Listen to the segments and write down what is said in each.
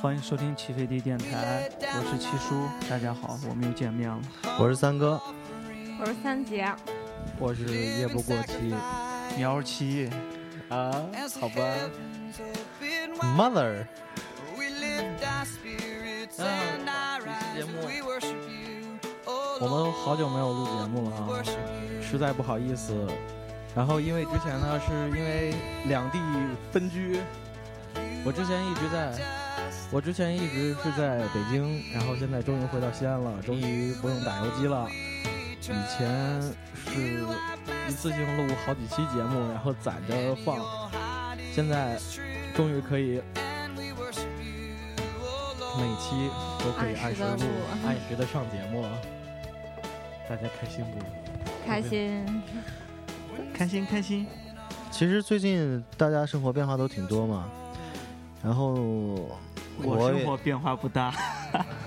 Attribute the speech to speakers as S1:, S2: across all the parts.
S1: 欢迎收听起飞地电台，我是七叔，大家好，我们又见面了。
S2: 我是三哥，
S3: 我是三姐，
S4: 我是夜不过期
S1: 苗儿七，
S4: 啊，好吧，
S2: Mother，
S4: 我们好久没有录节目了啊，实在不好意思。然后因为之前呢，是因为两地分居，我之前一直在，我之前一直是在北京，然后现在终于回到西安了，终于不用打游击了。以前是一次性录好几期节目，然后攒着放，现在终于可以每期都可以按
S3: 按时
S4: 时
S3: 地
S4: 录
S3: 录，
S4: 按时的上节目，大家开心不？
S3: 开心。
S1: 开心开心。
S2: 其实最近大家生活变化都挺多嘛，然后
S1: 我
S2: 也
S1: 生活变化不大，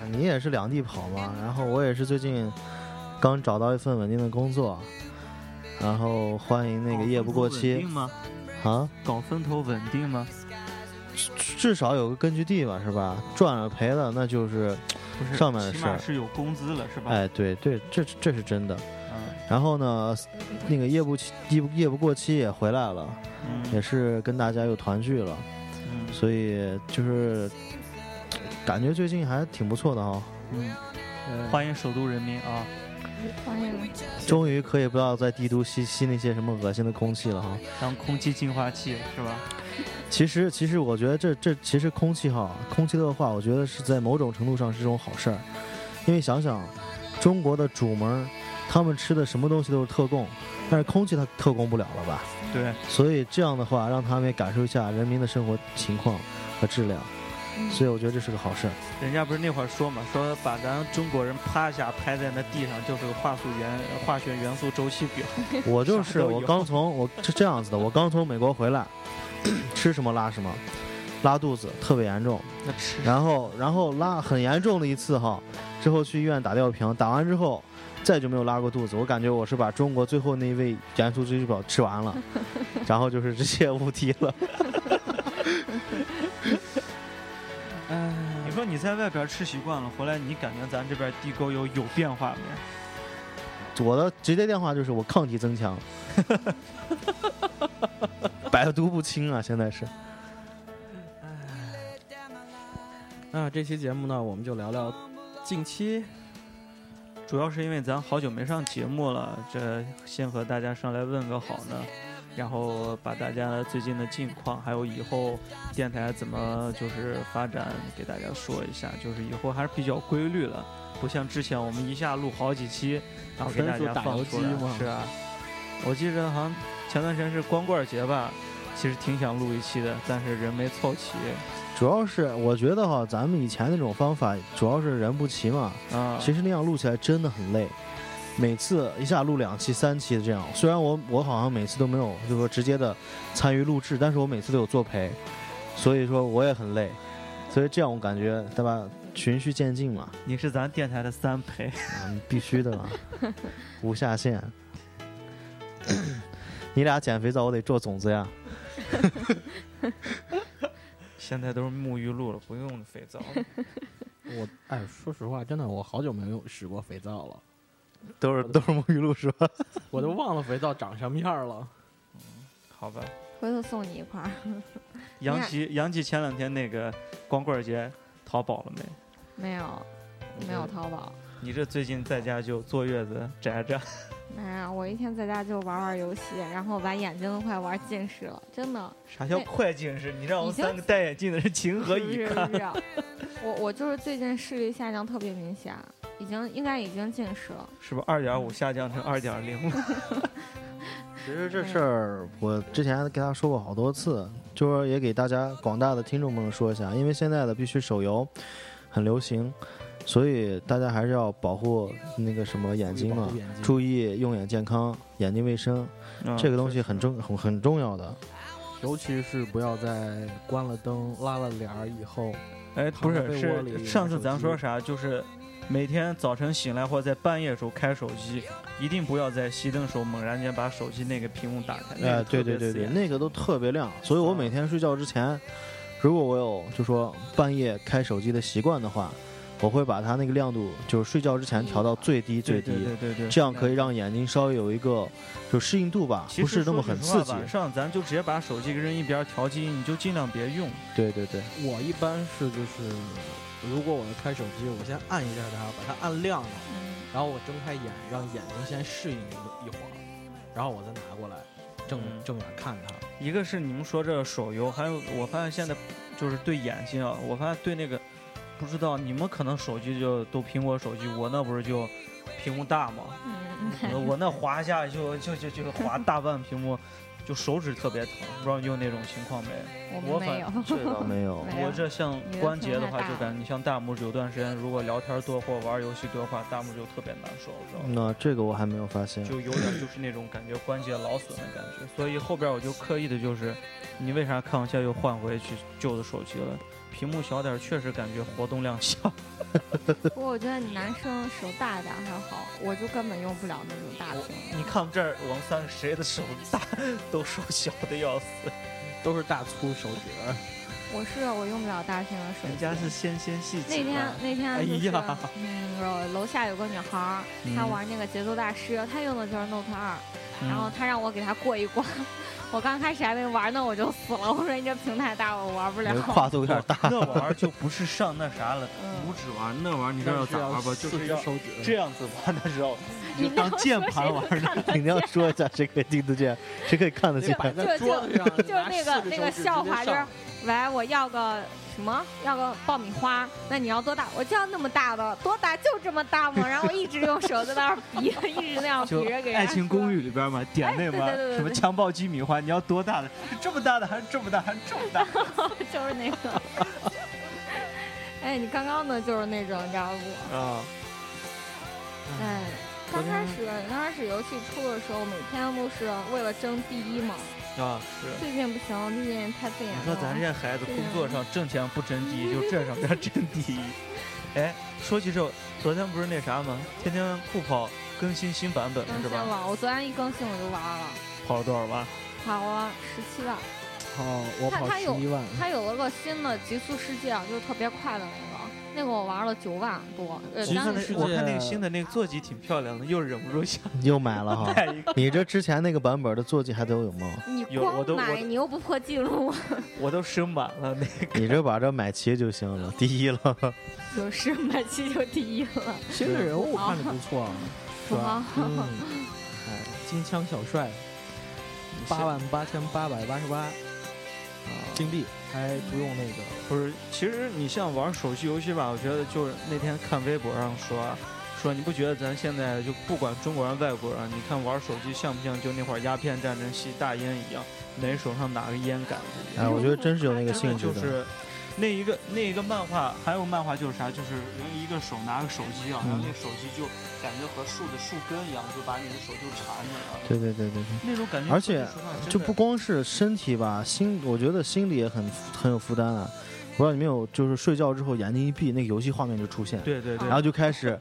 S2: 你也是两地跑嘛，然后我也是最近刚找到一份稳定的工作，然后欢迎那个夜不过
S1: 哦稳
S2: 期
S1: 定吗？
S2: 啊，
S1: 搞风投稳定吗？
S2: 至少有个根据地吧，是吧？赚了赔了那就是，
S1: 不是，
S2: 上面的
S1: 起
S2: 事
S1: 码
S2: 儿
S1: 是有工资了是吧？
S2: 哎，对对，这这是真的。
S1: 嗯
S2: 然后呢，那个夜不期夜不夜不过期也回来了，也
S1: 嗯
S2: 是跟大家又团聚了。
S1: 嗯
S2: 所以就是感觉最近还挺不错的哈、
S1: 嗯，
S4: 呃
S1: 欢迎首都人民啊！
S3: 欢迎
S2: 终于可以不要在帝都吸吸那些什么恶心的空气了哈、
S1: 当空气净化器是吧？
S2: 其实其实我觉得这这其实空气哈，空气恶化，我觉得是在某种程度上是一种好事儿，因为想想中国的主门儿，他们吃的什么东西都是特供，但是空气它特供不了了吧？
S1: 对，
S2: 所以这样的话，让他们也感受一下人民的生活情况和质量，所以我觉得这是个好 事儿。
S1: 人家不是那会儿说嘛，说把咱中国人啪一下拍在那地上，就是个化素元化学元素周期表。
S2: 我就
S1: 啥
S2: 是
S1: 都有
S2: 我刚从我是这样子的，我刚从美国回来， 吃什么拉什么，拉肚子特别严重，
S1: 那吃
S2: 然后然后拉很严重的一次哈，之后去医院打吊瓶，打完之后再就没有拉过肚子，我感觉我是把中国最后那一味盐酥鸡表吃完了，然后就是这些无敌了。
S1: 你说你在外边吃习惯了，回来你感觉咱这边地沟油有变化没？
S2: 我的直接电话就是我抗体增强，百毒不侵啊，现在是。
S4: 那啊这期节目呢，我们就聊聊近期
S1: 主要是因为咱好久没上节目了，这先和大家上来问个好呢，然后把大家最近的近况，还有以后电台怎么就是发展，给大家说一下。就是以后还是比较规律了，不像之前我们一下录好几期，然后给大
S4: 分
S1: 家
S4: 数打
S1: 放
S4: 游
S1: 出
S4: 击
S1: 来。
S4: 嘛
S1: 是啊，我记着好像前段时间是光棍节吧，其实挺想录一期的，但是人没凑齐
S2: 主要是我觉得哈，咱们以前那种方法，主要是人不齐嘛，
S1: 啊。
S2: 其实那样录起来真的很累，每次一下录两期、三期的这样。虽然我我好像每次都没有，就是说直接的参与录制，但是我每次都有作陪，所以说我也很累。所以这样我感觉对吧？循序渐进嘛，
S1: 你是咱电台的三陪。
S2: 啊，必须的嘛，无下限。你俩捡肥皂，我得做种子呀。
S1: 现在都是沐浴露了，不用肥皂。
S4: 我哎，说实话，真的我好久没有使过肥皂了，
S2: 都是都是沐浴露是吧？
S4: 我都忘了肥皂长什么样了。
S1: 好吧，
S3: 回头送你一块儿。
S1: 杨奇，杨奇前两天那个光棍节淘宝了没？
S3: 没有，没有淘宝。
S1: 你这最近在家就坐月子宅着，
S3: 没有，我一天在家就玩玩游戏，然后把眼睛都快玩近视了，真的。
S1: 啥叫
S3: 对
S1: 快近视？你让我们
S3: 已经
S1: 三个戴眼镜的人情何
S3: 是不
S1: 以
S3: 是
S1: 堪？
S3: 不是 啊我我就是最近视力下降特别明显，已经应该已经近视了。
S1: 是不是二点五下降成二点零了？
S2: 其实这事儿我之前跟他说过好多次，就是也给大家广大的听众朋友说一下，因为现在的必须手游很流行，所以大家还是要保护那个什么眼睛嘛，
S4: 眼睛
S2: 注意用眼健康，眼睛卫生，
S1: 嗯
S2: 这个东西很重很很重要的。
S4: 尤其是不要在关了灯、拉了帘儿以后，
S1: 哎，不
S4: 躺在
S1: 是
S4: 被窝里
S1: 是上次
S4: 玩手
S1: 咱说
S4: 机
S1: 啥？就是每天早晨醒来或者在半夜的时候开手机，一定不要在熄灯的时候猛然间把手机那个屏幕打开。那
S2: 哎，
S1: 个特
S2: 对
S1: 别
S2: 对对
S1: 刺
S2: 对，
S1: 眼
S2: 那个都特别亮，所以我
S1: 啊
S2: 每天睡觉之前，
S5: 如果我有就说半夜开手机的习惯的话，我会把它那个亮度，就是睡觉之前调到最低最低，
S1: 对对对对，
S5: 这样可以让眼睛稍微有一个就适应度吧，
S1: 其
S5: 不
S1: 实
S5: 是那么很
S1: 说
S5: 刺
S1: 句实
S5: 激
S1: 话。晚上咱就直接把手机扔一边儿调机，你就尽量别用。
S5: 对对对，
S2: 我一般是就是，如果我开手机，我先按一下它，把它按亮了，
S3: 嗯
S2: 然后我睁开眼，让眼睛先适应一会儿，然后我再拿过来正
S1: 嗯
S2: 正眼看它。
S1: 一个是你们说这手游，还有我发现现在就是对眼睛啊，我发现对那个不知道你们可能手机就都苹果手机，我那不是就屏幕大吗？
S3: 嗯，
S1: 我我那滑一下就就就就滑大半屏幕，就手指特别疼，不知道你有那种情况没？
S3: 嗯我
S1: 我
S3: 们
S1: 反
S3: 没有，
S5: 这倒没有。
S3: 没有
S1: 我这像
S3: 你的
S1: 关
S3: 疼
S1: 节的
S3: 太
S1: 话，
S3: 大
S1: 就
S3: 了
S1: 感觉你像大拇指有段时间，如果聊天多或玩游戏多的话，大拇指就特别难受，知道吗？
S5: 那这个我还没有发现。
S1: 就有点就是那种感觉关节劳损的感觉，所以后边我就刻意的就是，你为啥看我现在又换回去旧的手机了？屏幕小点儿，确实感觉活动量小。
S3: 不过我觉得男生手大点儿还好，我就根本用不了那种大屏。
S1: 你看我们这儿，我们三个谁的手大，都手小的要死。
S2: 都是大粗手 指，
S3: 我是我用不了大屏的手机。
S1: 人家是纤纤细
S3: 那
S1: 指
S3: 天
S1: 的，啊
S3: 那天就是、
S2: 哎呀
S3: 嗯，我楼下有个女孩儿，她玩那个节奏大师，她用的就是 Note 二、
S1: 嗯，
S3: 然后她让我给她过一关，我刚开始还没玩呢，我就死了。我说你这屏太大，我玩不了
S5: 那。跨度有点大，
S1: 那玩意儿就不是上那啥了，五
S3: 嗯，
S1: 指玩儿那玩意儿，你知道
S2: 那
S1: 要
S2: 是
S1: 咋玩儿
S2: 要
S1: 吧？就是
S2: 四
S1: 要
S2: 只手指，
S1: 这样子玩的时候，
S3: 你
S1: 就当键盘玩儿的。
S5: 你要说一下谁可以听得见，谁可以看得见。
S2: 摆在
S3: 就
S2: 桌子上，
S3: 就是那个那个笑话，就是喂，我要个什么，要个爆米花，那你要多大？我就要那么大的，多大就这么大嘛。然后我一直用手在那儿比， 一直那样比
S1: 就
S3: 着
S1: 《
S3: 给人
S1: 爱情公寓》里边 嘛，点那玩意
S3: 对对对
S1: 儿
S3: 对
S1: 什么
S3: 对
S1: 强暴鸡米花，你要多大的？是这么大的还是这么大还是这么大？
S3: 寓就是那个。 哎，你刚刚的就是那种，你知道不？
S1: 啊，嗯
S3: 哎，刚开始刚开始游戏出的时候，每天都是为了争第一嘛。
S1: 啊是。
S3: 最近不行，最近太费眼
S1: 你
S3: 了。
S1: 说咱这孩子工作上挣钱不争第一，就这上边争第一。哎，说起这，昨天不是那啥吗？天天酷跑更新新版本了
S3: 更
S1: 是
S3: 新
S1: 吧？
S3: 了，我昨天一更新我就玩了，
S1: 跑了多少万？
S3: 跑了十七万。
S2: 哦，我
S3: 他
S2: 跑
S3: 他
S2: 十
S3: 有
S2: 一万，
S3: 它有了个新的极速世界，啊就是特别快的那个，那个我玩了九万多。呃，
S1: 我
S2: 极速
S1: 看
S3: 当
S2: 世
S3: 时
S1: 那
S2: 界
S1: 我看那个新的那个坐骑挺漂亮的，又忍不住想
S5: 又买了哈。
S1: 带一个。
S5: 你这之前那个版本的坐骑还都有吗？
S3: 你
S1: 有我
S3: 光
S1: 都我
S3: 买
S1: 都
S3: 你又不破记录，
S1: 我都升满了那个。
S5: 你这把这买齐就行了，第一了。
S3: 就是买七就第一了，
S2: 新的人物
S3: 啊
S2: 看着不错，是
S3: 土
S2: 吧
S3: 豪？
S2: 嗯，哎，金枪小帅，八万八千八百八十八
S1: 啊
S2: 金币，还不用那个，
S1: 不是，其实你像玩手机游戏吧，我觉得就是那天看微博上说啊，说你不觉得咱现在就不管中国人外国人，你看玩手机像不像就那会儿鸦片战争吸大烟一样，哪人手上拿个烟杆子一样
S5: 哎，我觉得真是有那个
S1: 真的
S5: 兴
S1: 就
S5: 趣的。
S1: 是那一个那一个漫画，还有漫画就是啥，就是人一个手拿个手机啊，
S5: 嗯
S1: 然后那个手机就感觉和树的树根一样，就把你的手就缠着了，
S5: 对对对对对，
S1: 那种感觉。
S5: 而且就不光是身体吧，心我觉得心里也很很有负担啊。我不知道你们有，就是睡觉之后眼睛一闭，那个游戏画面就出现，
S1: 对对对
S5: 然。后就开始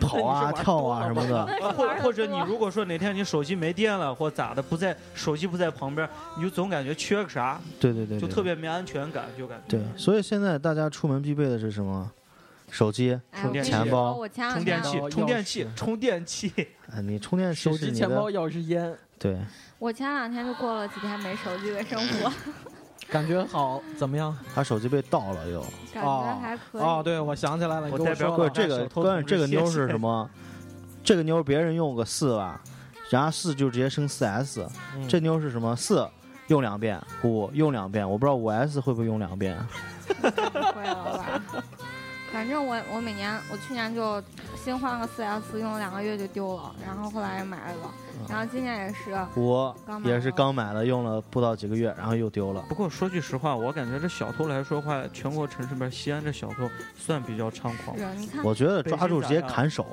S5: 跑
S2: 那
S5: 啊、
S2: 你是玩
S5: 跳啊
S2: 多
S5: 什
S2: 了
S5: 么的。
S1: 啊或或者你如果说哪天你手机没电了或咋的，不在手机不在旁边，你就总感觉缺个啥，
S5: 对对对，
S1: 就
S5: 对
S1: 特别没安全感，就感觉
S5: 对。所以现在大家出门必备的是什么？手机，
S3: 哎
S1: 充
S3: 我跟
S1: 电
S3: 你
S1: 器
S3: 说
S5: 钱包
S3: 我前两天
S1: 充电器
S2: 然后、
S1: 充电
S2: 钥
S1: 器、
S2: 匙
S1: 充电 器，
S5: 哎，你
S1: 嗯
S5: 充电器
S2: 手
S5: 是
S2: 机、
S5: 你
S2: 钱
S5: 的
S2: 包、，钥匙、烟，
S5: 对，
S3: 我前两天就过了几天没手机的生活，
S1: 嗯
S2: 感觉好怎么样？
S5: 他手机被盗了又。
S3: 感觉还可以。
S2: 哦，对，我想起来了，你
S1: 我
S2: 跟
S1: 代
S2: 我
S1: 表
S2: 说
S5: 不
S1: 各
S5: 是
S1: 位，
S2: 了
S5: 这个，
S1: 手头
S5: 关键
S1: 同
S5: 这个
S1: 志谢
S5: 妞是
S1: 谢
S5: 什么？这个妞别人用个四吧，人家四就直接升四 S，
S2: 嗯
S5: 这妞是什么？四用两遍，五用两遍，我不知道五 S 会不会用两遍。
S3: 会了吧？反正我我每年我去年就新换了个 4S，用了两个月就丢了，然后后来又买了个，
S5: 嗯
S3: 然后今年也是，
S5: 我
S3: 刚买
S5: 也是
S3: 了
S5: 刚买了，用了不到几个月，然后又丢了。
S1: 不过说句实话，我感觉这小偷来说话，全国城市里面西安这小偷算比较猖狂。
S3: 是你看
S5: 我觉得
S1: 北
S5: 抓
S1: 京
S5: 住
S1: 咋
S5: 直接
S1: 样
S5: 砍手，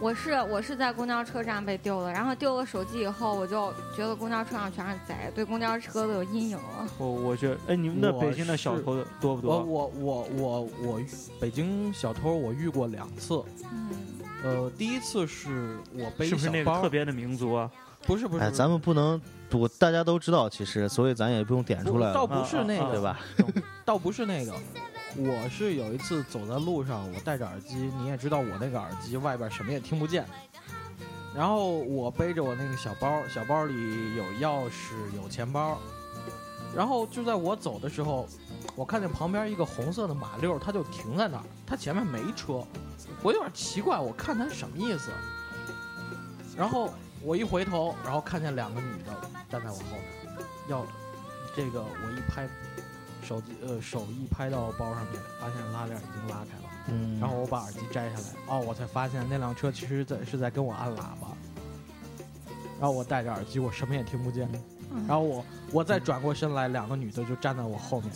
S3: 我是我是在公交车站被丢了，然后丢了手机以后，我就觉得公交车上全是贼，对公交车都有阴影了。
S1: 我我觉得，哎，你们那
S2: 我
S1: 北京的小
S2: 是
S1: 偷的多不多？
S2: 我我我我我遇北京小偷我遇过两次，
S3: 嗯，
S2: 呃，第一次是我背一
S1: 是不是
S2: 小
S1: 那个
S2: 包
S1: 特，别的民族啊？
S2: 不是不是，
S5: 哎，咱们不能，我大家都知道，其实，所以咱也不用点出来
S2: 倒
S5: 了，
S2: 不是那
S1: 啊啊啊
S2: 个
S5: 对吧？
S2: 倒不是那个，我是有一次走在路上，我戴着耳机，你也知道我那个耳机外边什么也听不见。然后我背着我那个小包，小包里有钥匙，有钱包。然后就在我走的时候，我看见旁边一个红色的马六，它就停在那儿，它前面没车。我有点奇怪，我看它什么意思？然后我一回头，然后看见两个女的站在我后面，要这个我一拍手机呃手一拍到包上面，发现拉链已经拉开了，
S5: 嗯，
S2: 然后我把耳机摘下来，哦，我才发现那辆车其实在是在跟我按喇叭，然后我戴着耳机，我什么也听不见，
S3: 嗯
S2: 然后我我再转过身来，两个女的就站在我后面，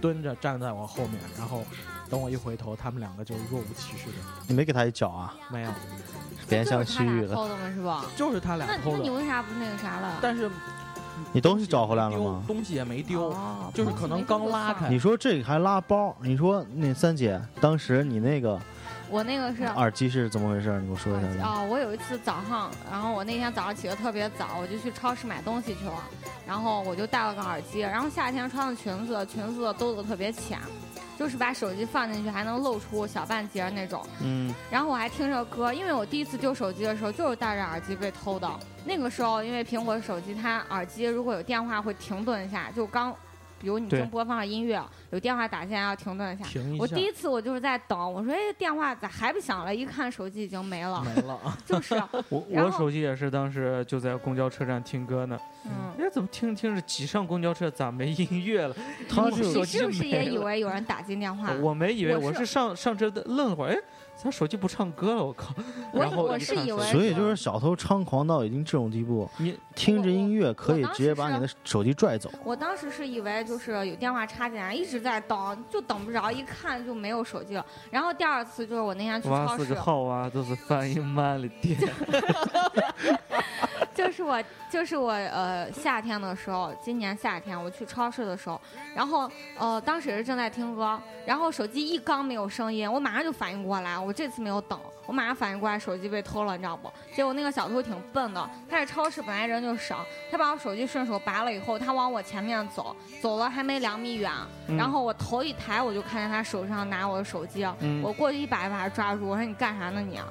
S2: 蹲着站在我后面，然后等我一回头，她们两个就若无其事的
S5: 你没给他一脚啊，
S2: 没有，
S5: 别人像虚
S3: 就是他俩
S5: 誉了，
S3: 偷的吗？是吧？
S2: 就是他俩
S3: 那
S2: 偷
S3: 那你
S2: 的，
S3: 为啥不那个啥了？
S2: 但是
S5: 你东西找回来了
S2: 丢
S5: 吗？
S2: 东西也没丢，
S3: 哦
S2: 就是可能刚拉开
S5: 你说这个还拉包，你说那三姐当时你那个
S3: 我那个是
S5: 耳机是怎么回事？你给我说一下呗。
S2: 啊
S3: 哦，我有一次早上，然后我那天早上起得特别早，我就去超市买东西去了，然后我就戴了个耳机，然后夏天穿的裙子，裙子兜子特别浅，就是把手机放进去还能露出小半截儿那种。
S5: 嗯，
S3: 然后我还听着歌，因为我第一次丢手机的时候就是戴着耳机被偷的。那个时候，因为苹果手机它耳机如果有电话会停顿一下，就刚，比如你
S1: 对
S3: 正播放着音乐，有电话打进来要停顿一下。
S2: 停一下
S3: 我第一次我就是在等，我说哎电话咋还不响了？一看手机已经没 了，
S2: 没了。
S3: 就是，啊
S1: 我
S3: 然
S1: 我
S3: 后
S1: 手机也是当时就在公交车站听歌呢，
S3: 嗯。
S1: 哎，怎么听着听着挤上公交车咋没音乐了？
S5: 他
S1: 手
S5: 就
S3: 你
S1: 机
S3: 是不是也
S1: 没了
S3: 以为有人打进电话？
S1: 我没以为，
S3: 啊我
S1: 我
S3: 是
S1: 是上上车的愣了会儿，哎，咱手机不唱歌了，我靠！
S3: 我
S1: 然后
S3: 我
S1: 一
S3: 是
S1: 看
S3: 以
S1: 手
S3: 为
S1: 机
S5: 所以就是小偷猖狂到已经这种地步，
S1: 你
S5: 听着音乐可以
S3: 我当时
S5: 直接把你的手机拽走。
S3: 我当时是以为就是有电话插进来，一直在等，就等不着，一看就没有手机了。然后第二次就是我那天去
S1: 挖
S3: 超
S1: 四
S3: 市
S1: 个，号啊，都是翻译慢了 点。
S3: 就是我就是我呃夏天的时候，今年夏天我去超市的时候，然后呃当时也是正在听歌，然后手机一刚没有声音，我马上就反应过来，我这次没有等，我马上反应过来手机被偷了，你知道不？结果那个小偷挺笨的，他在超市本来人就少，他把我手机顺手拔了以后，他往我前面走，走了还没两米远，
S1: 嗯
S3: 然后我头一抬我就看见他手上拿我的手机，
S1: 嗯
S3: 我过去一把就把他抓住，我说你干啥呢你、啊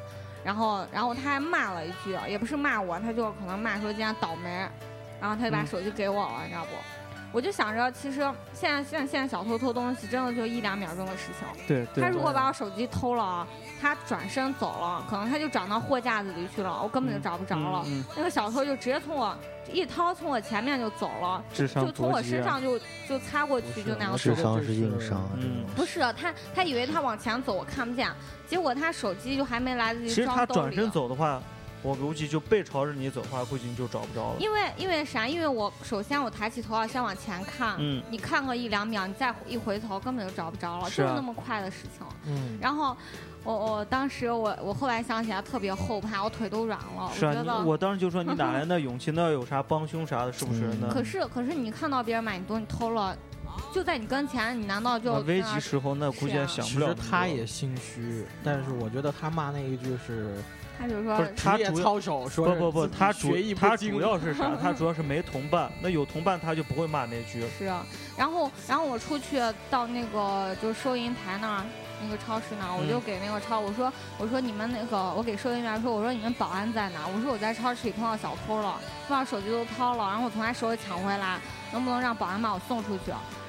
S3: 然后，然后他还骂了一句，啊也不是骂我，他就可能骂说今天倒霉，然后他就把
S1: 嗯
S3: 手机给我了，你知道不？我就想着，其实现在现在现在小偷偷东西真的就一两秒钟的事情。
S1: 对对，
S3: 他如果
S1: 对
S3: 把我手机偷了啊，他转身走了，可能他就转到货架子里去了，我根本就
S1: 嗯
S3: 找不着了。
S1: 嗯嗯
S3: 那个小偷就直接从我一掏，从我前面就走了，
S1: 智
S3: 就
S1: 商
S3: 从我
S1: 搏击
S3: 身
S1: 啊，
S3: 上就就擦过去，就那样走
S2: 我
S5: 智
S2: 觉得
S5: 商
S2: 这
S5: 是
S2: 是
S5: 硬伤啊，这
S1: 嗯
S5: 种
S3: 不是他，他以为他往前走，我看不见，结果他手机就还没来得
S1: 其
S3: 及
S1: 实
S3: 装
S1: 他
S3: 兜里。
S1: 转身走的话，我估计就背朝着你走的话，估计你就找不着了。
S3: 因为因为啥？因为我首先我抬起头要啊先往前看，
S1: 嗯
S3: 你看个一两秒，你再一回头根本就找不着了，
S1: 是啊
S3: 就是那么快的事情。
S2: 嗯，
S3: 然后我我当时我我后来想起来特别后怕，我腿都软了，
S1: 是
S3: 我
S1: 啊，
S3: 觉
S1: 你
S3: 得。
S1: 我当时就说你哪 来的勇气？那有啥帮凶啥的，是不是
S5: 嗯
S1: 呢？
S3: 可是可是你看到别人买你东西偷了，就在你跟前，你难道就
S1: 那啊危
S3: 在那
S1: 急
S3: 儿
S1: 时候，那估计
S3: 是
S1: 也
S3: 啊
S1: 想
S2: 其
S1: 不了
S2: 实
S1: 那么多。
S2: 他也心虚，但是我觉得他骂那一句是
S3: 他就说
S1: 不是
S2: 职
S1: 他
S2: 业
S1: 主要
S2: 操守，说
S1: 不
S2: 是
S1: 不不，
S2: 自己
S1: 他主
S2: 学艺不
S1: 他
S2: 精
S1: 主要是 啥？他主要是没同伴。那有同伴，他就不会骂那句。
S3: 是啊，然后然后我出去到那个就是收银台那儿。那个超市那儿，我就
S1: 嗯
S3: 给那个超，我说我说你们那个，我给收银员说，我说你们保安在哪儿？我说我在超市里碰到小偷了，把手机都掏了，然后我从他手里抢回来，能不能让保安把我送出去？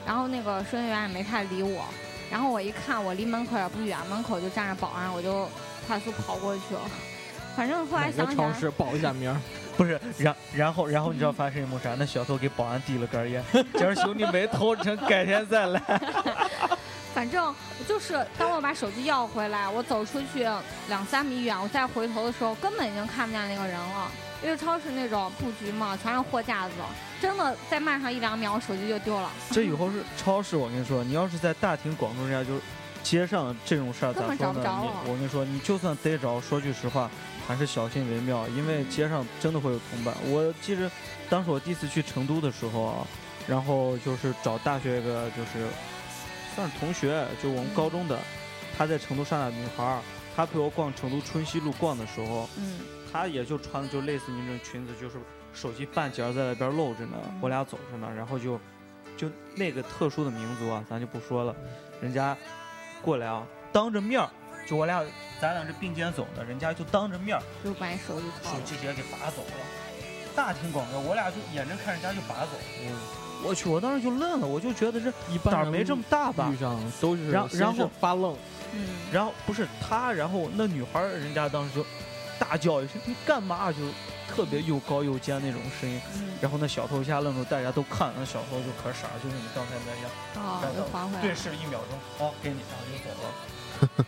S3: 然后那个收银员也没太理我，然后我一看我离门口也不远，门口就站着保安，我就快速跑过去了。 反正后来
S2: 哪
S3: 想
S2: 个
S3: 起来
S2: 超，市报一下名儿？
S1: 不是，然然后然后你知道发生一幕啥？那小偷给保安递了根烟， 假如兄弟没偷成，改天再来。
S3: 反正就是当我把手机要回来，我走出去两三米远，我再回头的时候，根本已经看不见那个人了。因为超市那种布局嘛，全是货架子，真的再慢上一两秒，我手机就丢了，
S1: 这以后是超市，我跟你说，你要是在大庭广众之下，就是街上这种事儿，咋
S3: 根本
S1: 说
S3: 找不着啊
S1: 呢？
S3: 了
S1: 你我跟你说，你就算逮着，说句实话，还是小心为妙，因为街上真的会有同伴。我记着，当时我第一次去成都的时候啊，然后就是找大学一个就是算是同学，就我们高
S3: 嗯
S1: 中的，她在成都上大女孩儿，她陪我逛成都春熙路逛的时候，
S3: 嗯，
S1: 她也就穿的就类似于那种裙子，就是手机半截儿在外边露着呢，
S2: 嗯
S1: 我俩走着呢，然后就就那个特殊的民族啊，咱就不说了，
S2: 嗯
S1: 人家过来啊，当着面儿，就我俩咱俩是并肩走的，人家就当着面儿
S3: 就把你手机
S2: 啊
S3: 掏
S1: 手
S3: 了。
S1: 机直接给拔走了，大庭广众，我俩就眼睁看人家就拔走，我去，我当时就愣了，我就觉得这
S2: 嗯一般
S1: 胆儿没这么大吧
S2: 遇，上都是
S1: 然
S2: 先
S1: 然
S2: 是
S1: 后
S2: 发愣，
S3: 嗯，
S1: 然后不是他，然后那女孩儿人家当时就大叫一声：“你干嘛？”啊就特别又高又尖那种声音。
S3: 嗯
S1: 然后那小偷一下愣住，大家都看，那小偷就可傻，就是你刚才那样，
S3: 哦，又还回来了。
S1: 对视了一秒钟，好、给你，然后就走了。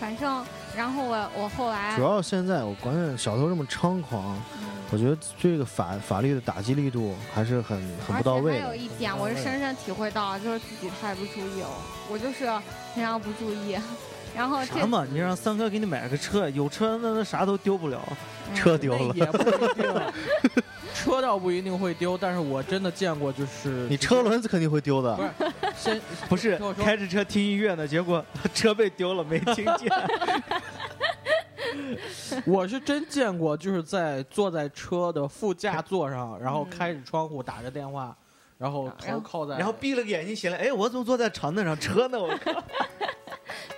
S3: 反正，然后我我后来
S5: 主，要现在我关键小偷这么猖狂，
S3: 嗯
S5: 我觉得这个法法律的打击力度还是很很不到
S3: 而
S5: 位
S3: 且还有
S5: 的。
S3: 一点，我是深深体会到，就是自己太不注意了，我就是平常不注意，然后这
S1: 啥嘛？你让三哥给你买个车，有车那那啥都丢不了。
S3: 嗯
S5: 车丢
S2: 那
S5: 了，
S2: 也不一定，啊车倒不一定会丢，但是我真的见过就是
S5: 你车轮子肯定会丢的
S2: 不。是先
S1: 不是
S2: 听我说
S1: 开着车听音乐呢，结果车被丢了，没听 见。
S2: 我是真见过，就是在坐在车的副驾座上，然后开着窗户打着电话，然后
S3: 嗯然
S2: 头
S3: 后
S2: 靠在，
S1: 然后闭了个眼睛起来，哎，我怎么坐在长凳上？车呢？我靠！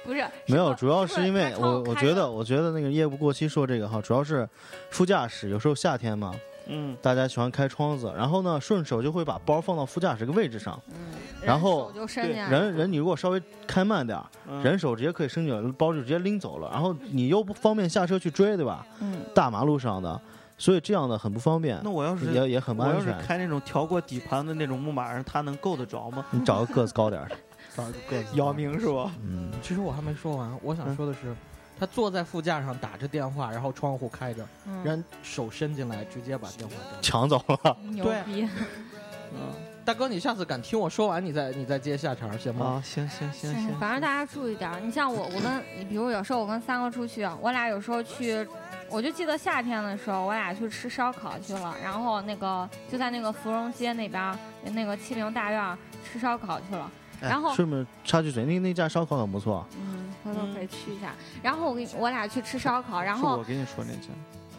S3: 不是
S5: 没有，
S3: 我
S5: 主要
S3: 是
S5: 是因为
S3: 他冲
S5: 我
S3: 我
S5: 我
S3: 开
S5: 觉
S3: 了
S5: 得，我觉得那个业务过期说这个哈，主要是副驾驶，有时候夏天嘛，
S1: 嗯，
S5: 大家喜欢开窗子，然后呢，顺手就会把包放到副驾驶这个位置上。
S3: 嗯，
S5: 然后
S3: 手就伸进来了，
S5: 人人，你如果稍微开慢点儿，
S1: 嗯
S5: 人手直接可以伸进来，包就直接拎走了。然后你又不方便下车去追，对吧？
S3: 嗯，
S5: 大马路上的，所以这样的很不方便
S1: 那，我要是
S5: 也也很不
S1: 我要
S5: 安
S1: 是
S5: 全。
S1: 开那种调过底盘的那种牧马人，他能够得着吗？
S5: 你找个个子高点儿的，
S2: 找一个个子
S1: 姚，明是吧？
S5: 嗯，
S2: 其实我还没说完，我想
S1: 嗯
S2: 说的是，他坐在副驾上打着电话，然后窗户开着，
S3: 嗯
S2: 人手伸进来直接把电话扔了。
S5: 抢走了。
S3: 牛
S2: 对
S3: 逼，
S1: 嗯
S2: 大哥，你下次敢听我说完，你再你再接下茬行吗？
S1: 啊，行行行
S3: 哎
S1: 行，
S3: 反正大家注意点儿。你像我，我跟你比如有时候我跟三哥出去，我俩有时候去，我就记得夏天的时候，我俩去吃烧烤去了，然后那个就在那个芙蓉街那边儿那个七零大院儿吃烧烤去了。然后
S5: 顺便插句嘴，那那家烧烤很不错，
S3: 嗯，回头可以去一下。然后我跟我俩去吃烧烤，然
S1: 是
S3: 后
S1: 我跟你说那家，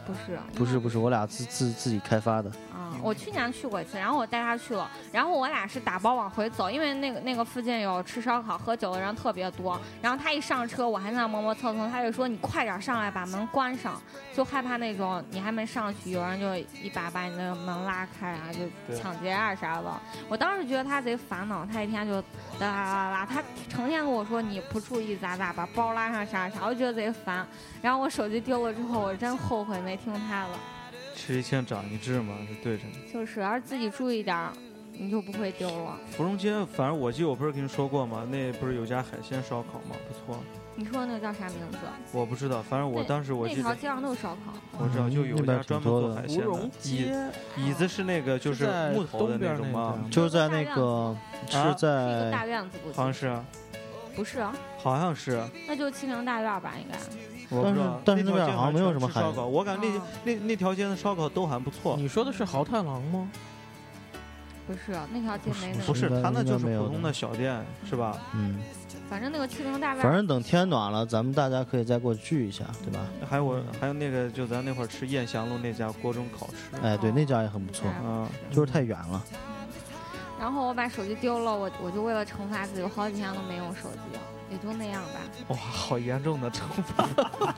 S3: 不是
S5: 不是不是，我俩自自自己开发的，
S3: 啊，我去年去过一次，然后我带他去了，然后我俩是打包往回走，因为那个那个附近有吃烧烤、喝酒的人特别多。然后他一上车，我还在那磨磨蹭蹭，他就说你快点上来，把门关上，就害怕那种你还没上去，有人就一把把你那个门拉开啊，就
S1: 对
S3: 抢劫啊啥的。我当时觉得他贼烦恼，他一天就哒啦啦啦，他成天跟我说你不注意咋咋，把包拉上啥啥，我就觉得贼烦。然后我手机丢了之后，我真后悔没听他的。
S1: 吃一堑长一智嘛，是对着呢。
S3: 就是，要是自己注意点儿，你就不会丢了。
S1: 芙蓉街，反正我记得我不是跟你说过吗？那不是有家海鲜烧烤吗？不错，
S3: 你说那个叫啥名字？
S1: 我不知道，反正我
S3: 对
S1: 当时我
S3: 那
S1: 记
S3: 条
S1: 得，
S3: 街上都是烧烤。
S1: 我知道就有一家专门做海
S2: 芙
S1: 鲜
S2: 蓉
S1: 的。椅
S5: 啊
S2: 街
S1: 椅子是那个就是
S2: 在
S1: 木头的
S2: 东边
S1: 那种吗？
S5: 就是在那个
S3: 啊
S5: 是
S3: 是一个
S5: 在
S3: 大院子不
S1: 呃好像
S3: 是？
S1: 是，
S3: 不是啊，
S1: 好像是，
S3: 那就是七零大院吧，应该。
S1: 我不知道。
S5: 但是但是那
S1: 条
S5: 边
S1: 街
S5: 好像没有
S1: 全
S5: 什么
S1: 吃
S5: 海
S1: 烧烤，我感觉那
S3: 啊
S1: 那那条街的烧烤都还不错。
S2: 你说的是豪太郎吗？
S3: 不是啊，那条街没那
S1: 不
S3: 个，
S1: 是，
S5: 应该
S1: 他那
S5: 应该
S1: 就是
S5: 没有
S1: 普通
S5: 的
S1: 的小店，是吧？
S5: 嗯，
S3: 反正那个七零大
S5: 反
S3: 院，
S5: 正等天暖了，咱们大家可以再过去聚一下，对吧？
S1: 还有我，
S5: 嗯
S1: 还有那个，就咱那会儿吃燕翔路那家锅中烤翅，
S5: 哎，对，那家也很不错，
S1: 嗯，
S5: 就是太远了。
S3: 然后我把手机丢了，我我就为了惩罚自己，我好几天都没用手机了，也就那样吧。
S1: 哇，好严重的惩罚，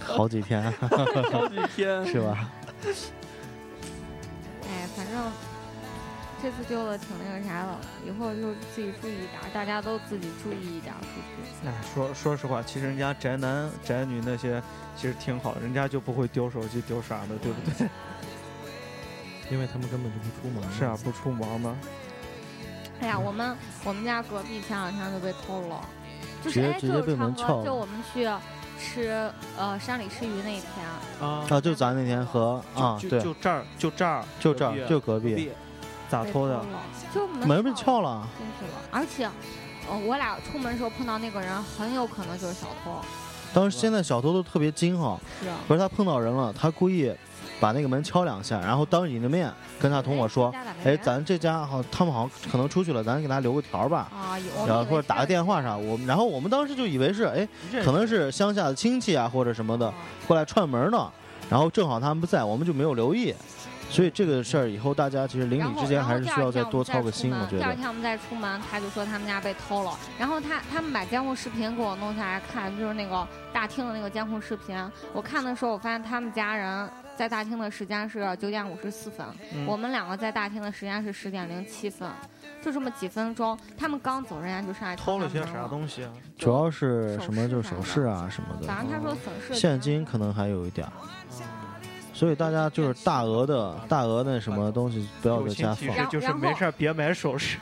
S5: 好几天
S1: 好几天。
S5: 是吧？
S3: 哎，反正这次丢了挺那个啥的，以后就自己注意点儿，大家都自己注意一点儿出去。
S1: 哎，说说实话，其实人家宅男宅女那些其实挺好，人家就不会丢手机丢啥的，对不对？
S2: 因为他们根本就不出门。
S1: 是啊，不出门吗？
S3: 哎呀，我们我们家隔壁前两天就被偷了，就是
S5: 直接
S3: 哎，
S5: 直
S3: 就
S5: 接
S3: 是
S5: 被
S3: 差
S5: 门
S3: 不
S5: 撬
S3: 多
S5: 了
S3: 就我们去吃呃山里吃鱼那一天，
S1: 啊，
S5: 啊，就咱那天和啊，
S1: 就
S5: 对，
S1: 就这儿，就这儿，
S5: 就这儿，就隔
S1: 隔
S5: 壁，
S1: 壁咋
S3: 被
S1: 偷的
S3: 了？，就门
S5: 门被
S3: 撬
S5: 撬了，
S3: 进去了，而且。呃，我俩出门的时候碰到那个人，很有可能就是小偷。
S5: 当时现在小偷都特别精哈，
S3: 是啊，
S5: 不是他碰到人了，他故意把那个门敲两下，然后当着你的面跟他同伙说
S3: 家咋没：“
S5: 哎，
S3: 人
S5: 咱这家好，他们好像可能出去了，咱给他留个条儿吧。”
S3: 啊，有我们
S5: 然后
S3: 以为
S5: 或者打个
S3: 是
S5: 电话啥，我们然后我们当时就以为是哎，
S1: 认识
S5: 可能是乡下的亲戚啊或者什么的
S3: 啊
S5: 过来串门呢，然后正好他们不在，我们就没有留意，所以这个事儿以后大家其实邻
S3: 然
S5: 里
S3: 后
S5: 之间还是需要再多操个心，
S3: 然
S5: 我
S3: 后
S5: 觉
S3: 第二
S5: 得。
S3: 天我们再出门，第二天我们再出门，他就说他们家被偷了。然后他他们把监控视频给我弄下来看，就是那个大厅的那个监控视频。我看的时候，我发现他们家人在大厅的时间是九点五十四分，
S1: 嗯
S3: 我们两个在大厅的时间是十点零七分，就这么几分钟，他们刚走，人家就上来
S1: 偷了些
S3: 敲门
S1: 啥东西啊？
S5: 主要是什么就是首饰啊什么
S3: 反
S5: 的，
S3: 正他说损失
S5: 现金可能还有一点儿，
S2: 啊
S5: 所以大家就是大额的大额的什么东西不要
S1: 友
S5: 在
S1: 情
S5: 家
S1: 提
S5: 放。
S1: 示就是没事儿别买首饰。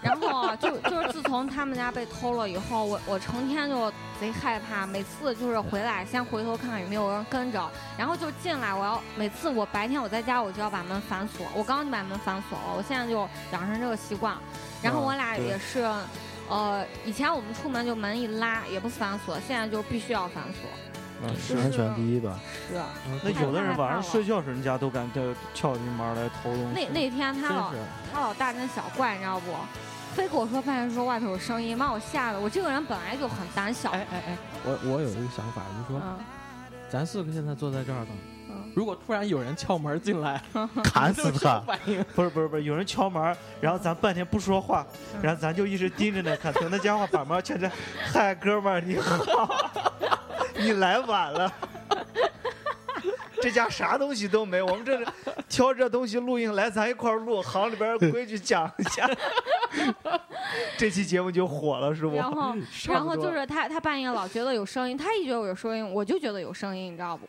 S3: 然后啊，就就是自从他们家被偷了以后，我我成天就贼害怕，每次就是回来先回头看看有没有人跟着，然后就进来，我要每次我白天我在家我就要把门反锁，我刚刚就把门反锁了，我现在就养成这个习惯，然后我
S1: 嗯
S3: 俩也是。呃，以前我们出门就门一拉也不反锁，现在就必须要反锁。
S5: 嗯是安全第一 吧，
S3: 是，
S1: 那有的人晚上睡觉时人家都敢掉撬进门来偷东
S3: 那
S1: 西。
S3: 那天他老
S1: 嗯真是，
S3: 他老大惊小怪，你知道不？非跟我说半夜说外头有声音，把我吓得。我这个人本来就很胆小，
S2: 哎哎哎，我我有一个想法，就是说，
S3: 嗯
S2: 咱四个现在坐在这儿呢，
S3: 嗯
S2: 如果突然有人敲门进来，
S5: 砍
S2: 你
S5: 死
S2: 有什
S5: 他
S2: 么！反应？
S1: 不是不是不是，有人敲门，然后咱半天不说话，
S3: 嗯
S1: 然后咱就一直盯着那看，等那家伙把门敲开，嗨，哥们儿你好， 你来晚了。这家啥东西都没，我们这是挑这东西录音来，咱一块儿录，行里边儿规矩讲一 下。这期节目就火了，是不？嗯
S3: 然后，然后就
S1: 多
S3: 是他，他半夜老觉得有声音，他一觉得有声音，我就觉得有声音，你知道不？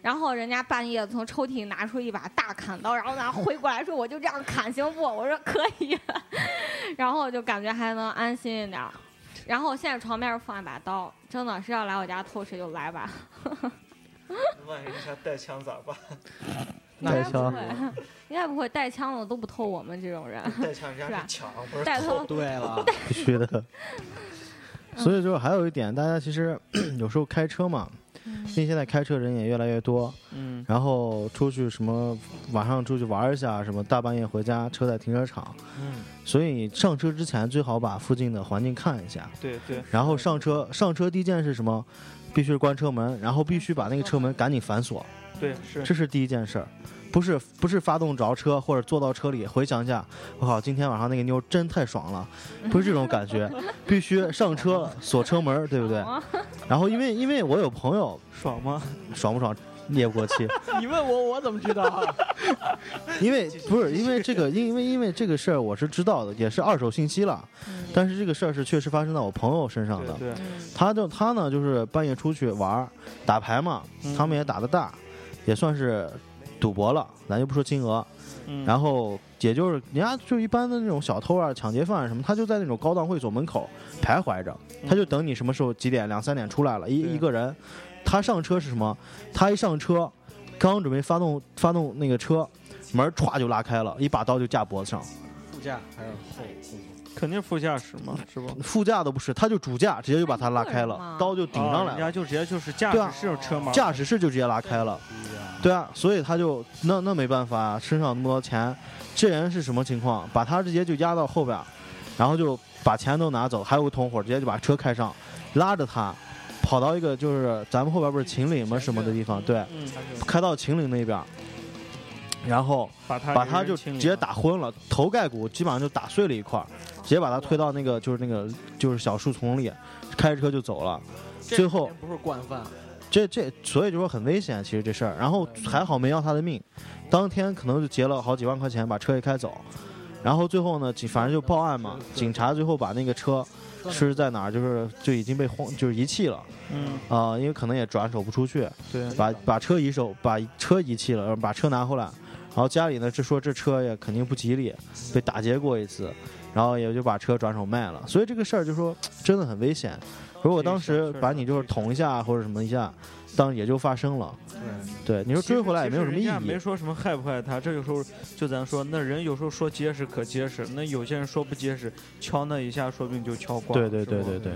S3: 然后人家半夜从抽屉里拿出一把大砍刀，然后拿挥过来说：“我就这样砍行不？”我说：“可以。” 然后我就感觉还能安心一点儿。然后现在床边儿放一把刀，真的是要来我家偷谁就来吧。
S1: 万一他带枪咋 办？
S3: 应
S2: 那
S3: 该
S5: 带
S2: 也
S3: 不
S5: 枪
S3: 会，应该不会带枪的都不偷我们这种人，
S1: 带枪人
S3: 是啊吧
S1: 抢，不是
S3: 带偷
S2: 对了，
S5: 必须 的。所以就是还有一点，大家其实 有时候开车嘛，因为现在开车人也越来越多，
S1: 嗯，
S5: 然后出去什么晚上出去玩一下，什么大半夜回家，车在停车场，
S1: 嗯，
S5: 所以上车之前最好把附近的环境看一下。
S1: 对对，
S5: 然后上车，上车第一件事什么？必须关车门，然后必须把那个车门赶紧反锁，
S1: 对是
S5: 这是第一件事儿。不是不是发动着车或者坐到车里回想一下，我靠，今天晚上那个妞真太 爽了，不是这种感觉，必须上车了锁车门，对 不对？
S1: 哦
S3: 啊
S5: 然后因为因为我有朋友
S1: 爽吗？
S5: 爽不爽也不过气，
S2: 你问我，我怎么知道啊？
S5: 因为不是因为这个，因为因为这个事儿我是知道的，也是二手信息了。
S1: 嗯
S5: 但是这个事儿是确实发生在我朋友身上的。
S1: 对对，
S3: 嗯
S5: 他就他呢，就是半夜出去玩儿打牌嘛，
S1: 嗯
S5: 他们也打得大，也算是赌博了，咱就不说金额。
S1: 嗯
S5: 然后也就是人家就一般的那种小偷啊、抢劫犯啊什么，他就在那种高档会所门口徘徊着，
S1: 嗯
S5: 他就等你什么时候几点两三点出来了，
S1: 对
S5: 一一个人，他上车是什么？他一上车，刚准备发动发动那个车，门儿歘就拉开了，一把刀就架脖子上，
S2: 副驾还是后后
S1: 肯定副驾驶嘛，是不？
S5: 副驾都不是，他就主驾直接就把他拉
S3: 那
S5: 开
S3: 你个人
S5: 了
S3: 嘛，
S5: 刀就顶
S1: 啊
S5: 上
S1: 人
S5: 来了，
S1: 家就直接就是驾
S5: 对啊
S1: 驶室有车门，
S5: 驾驶室就直接拉开了。
S2: 副驾？
S5: 对啊，所以他就那那没办法啊，身上那么多钱，这人是什么情况？把他直接就压到后边儿，然后就把钱都拿走，还有个同伙直接就把车开上，拉着他跑到一个就是咱们后边不是秦岭吗什么的地方，对，
S1: 嗯，
S2: 还是
S5: 开到秦岭那边儿，然后
S1: 把他
S5: 把
S1: 给
S5: 他
S1: 人
S5: 就
S1: 清
S5: 直
S1: 理
S5: 接
S1: 了，
S5: 打昏了，头盖骨基本上就打碎了一块儿，直接把他推到那个就是那个就是小树丛里，开着车就走了。最
S2: 这
S5: 后
S2: 肯定不是惯犯，
S5: 这这，所以就说很危险，啊其实这事儿。然后还好没要他的命，当天可能就结了好几万块钱，把车给开走。然后最后呢，警反正就报案嘛
S2: 对，对
S5: 警察最后把那个车是在哪儿，就是就已经被荒就是遗弃了
S1: 嗯，
S5: 啊、因为可能也转手不出去，
S1: 对，
S5: 把把车移手把车遗弃了，然后把车拿回来。然后家里呢，就说这车也肯定不吉利，被打劫过一次，然后也就把车转手卖了。所以这个事儿就说真的很危险。如果当时把你就是捅一下或者什么一下，当然也就发生了。
S2: 对，
S5: 对，你说追回来也没有什么
S1: 其实人家
S5: 意
S1: 没
S5: 义。
S1: 说什么害不害他，这有时候就咱说，那人有时候说结实可结实，那有些人说不结实，敲那一下说不定就敲挂
S5: 对
S1: 了。
S5: 对
S1: 是吧
S5: 对对对，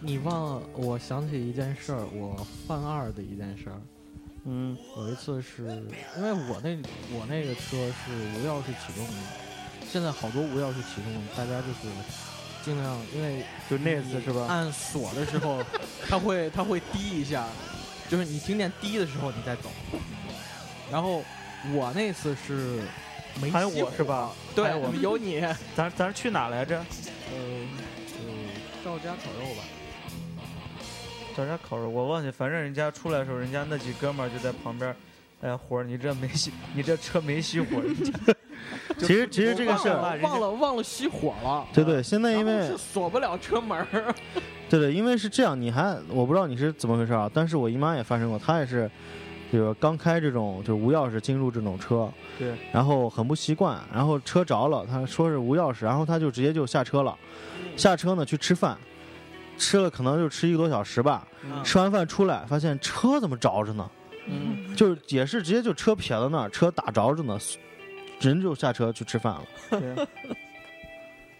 S2: 你忘了？我想起一件事儿，我犯二的一件事儿。
S1: 嗯
S2: 有一次是因为我那我那个车是无钥匙启动的，现在好多无钥匙启动，大家就是尽量因为嗯
S1: 就那次是吧？
S2: 按锁的时候，它会它会滴一下，就是你听见低的时候你再走。然后我那次是没
S1: 还有
S2: 熄
S1: 我是吧？
S2: 对，
S1: 还有我们
S2: 有你，呃，
S1: 咱咱是去哪来着？
S2: 赵家烤肉吧，
S1: 找家烤肉，我忘记，反正人家出来的时候，人家那几哥们儿就在旁边，哎，火儿，你这没熄，你这车没熄火，人家
S5: 其实其实这个事
S2: 我
S5: 儿，
S2: 忘了忘了忘了熄火了，啊
S5: 对对，现在因
S2: 然
S5: 为
S2: 后是锁不了车门儿，
S5: 对对，因为是这样，你还我不知道你是怎么回事啊，但是我姨妈也发生过，她也是，就是刚开这种就是无钥匙进入这种车，
S1: 对，
S5: 然后很不习惯，然后车着了，她说是无钥匙，然后她就直接就下车了，
S1: 嗯
S5: 下车呢去吃饭，吃了可能就吃一个多小时吧，
S1: 嗯
S5: 吃完饭出来发现车怎么着着呢？
S2: 嗯，
S5: 就是也是直接就车撇到那儿，车打着着呢，人就下车去吃饭了，
S1: 对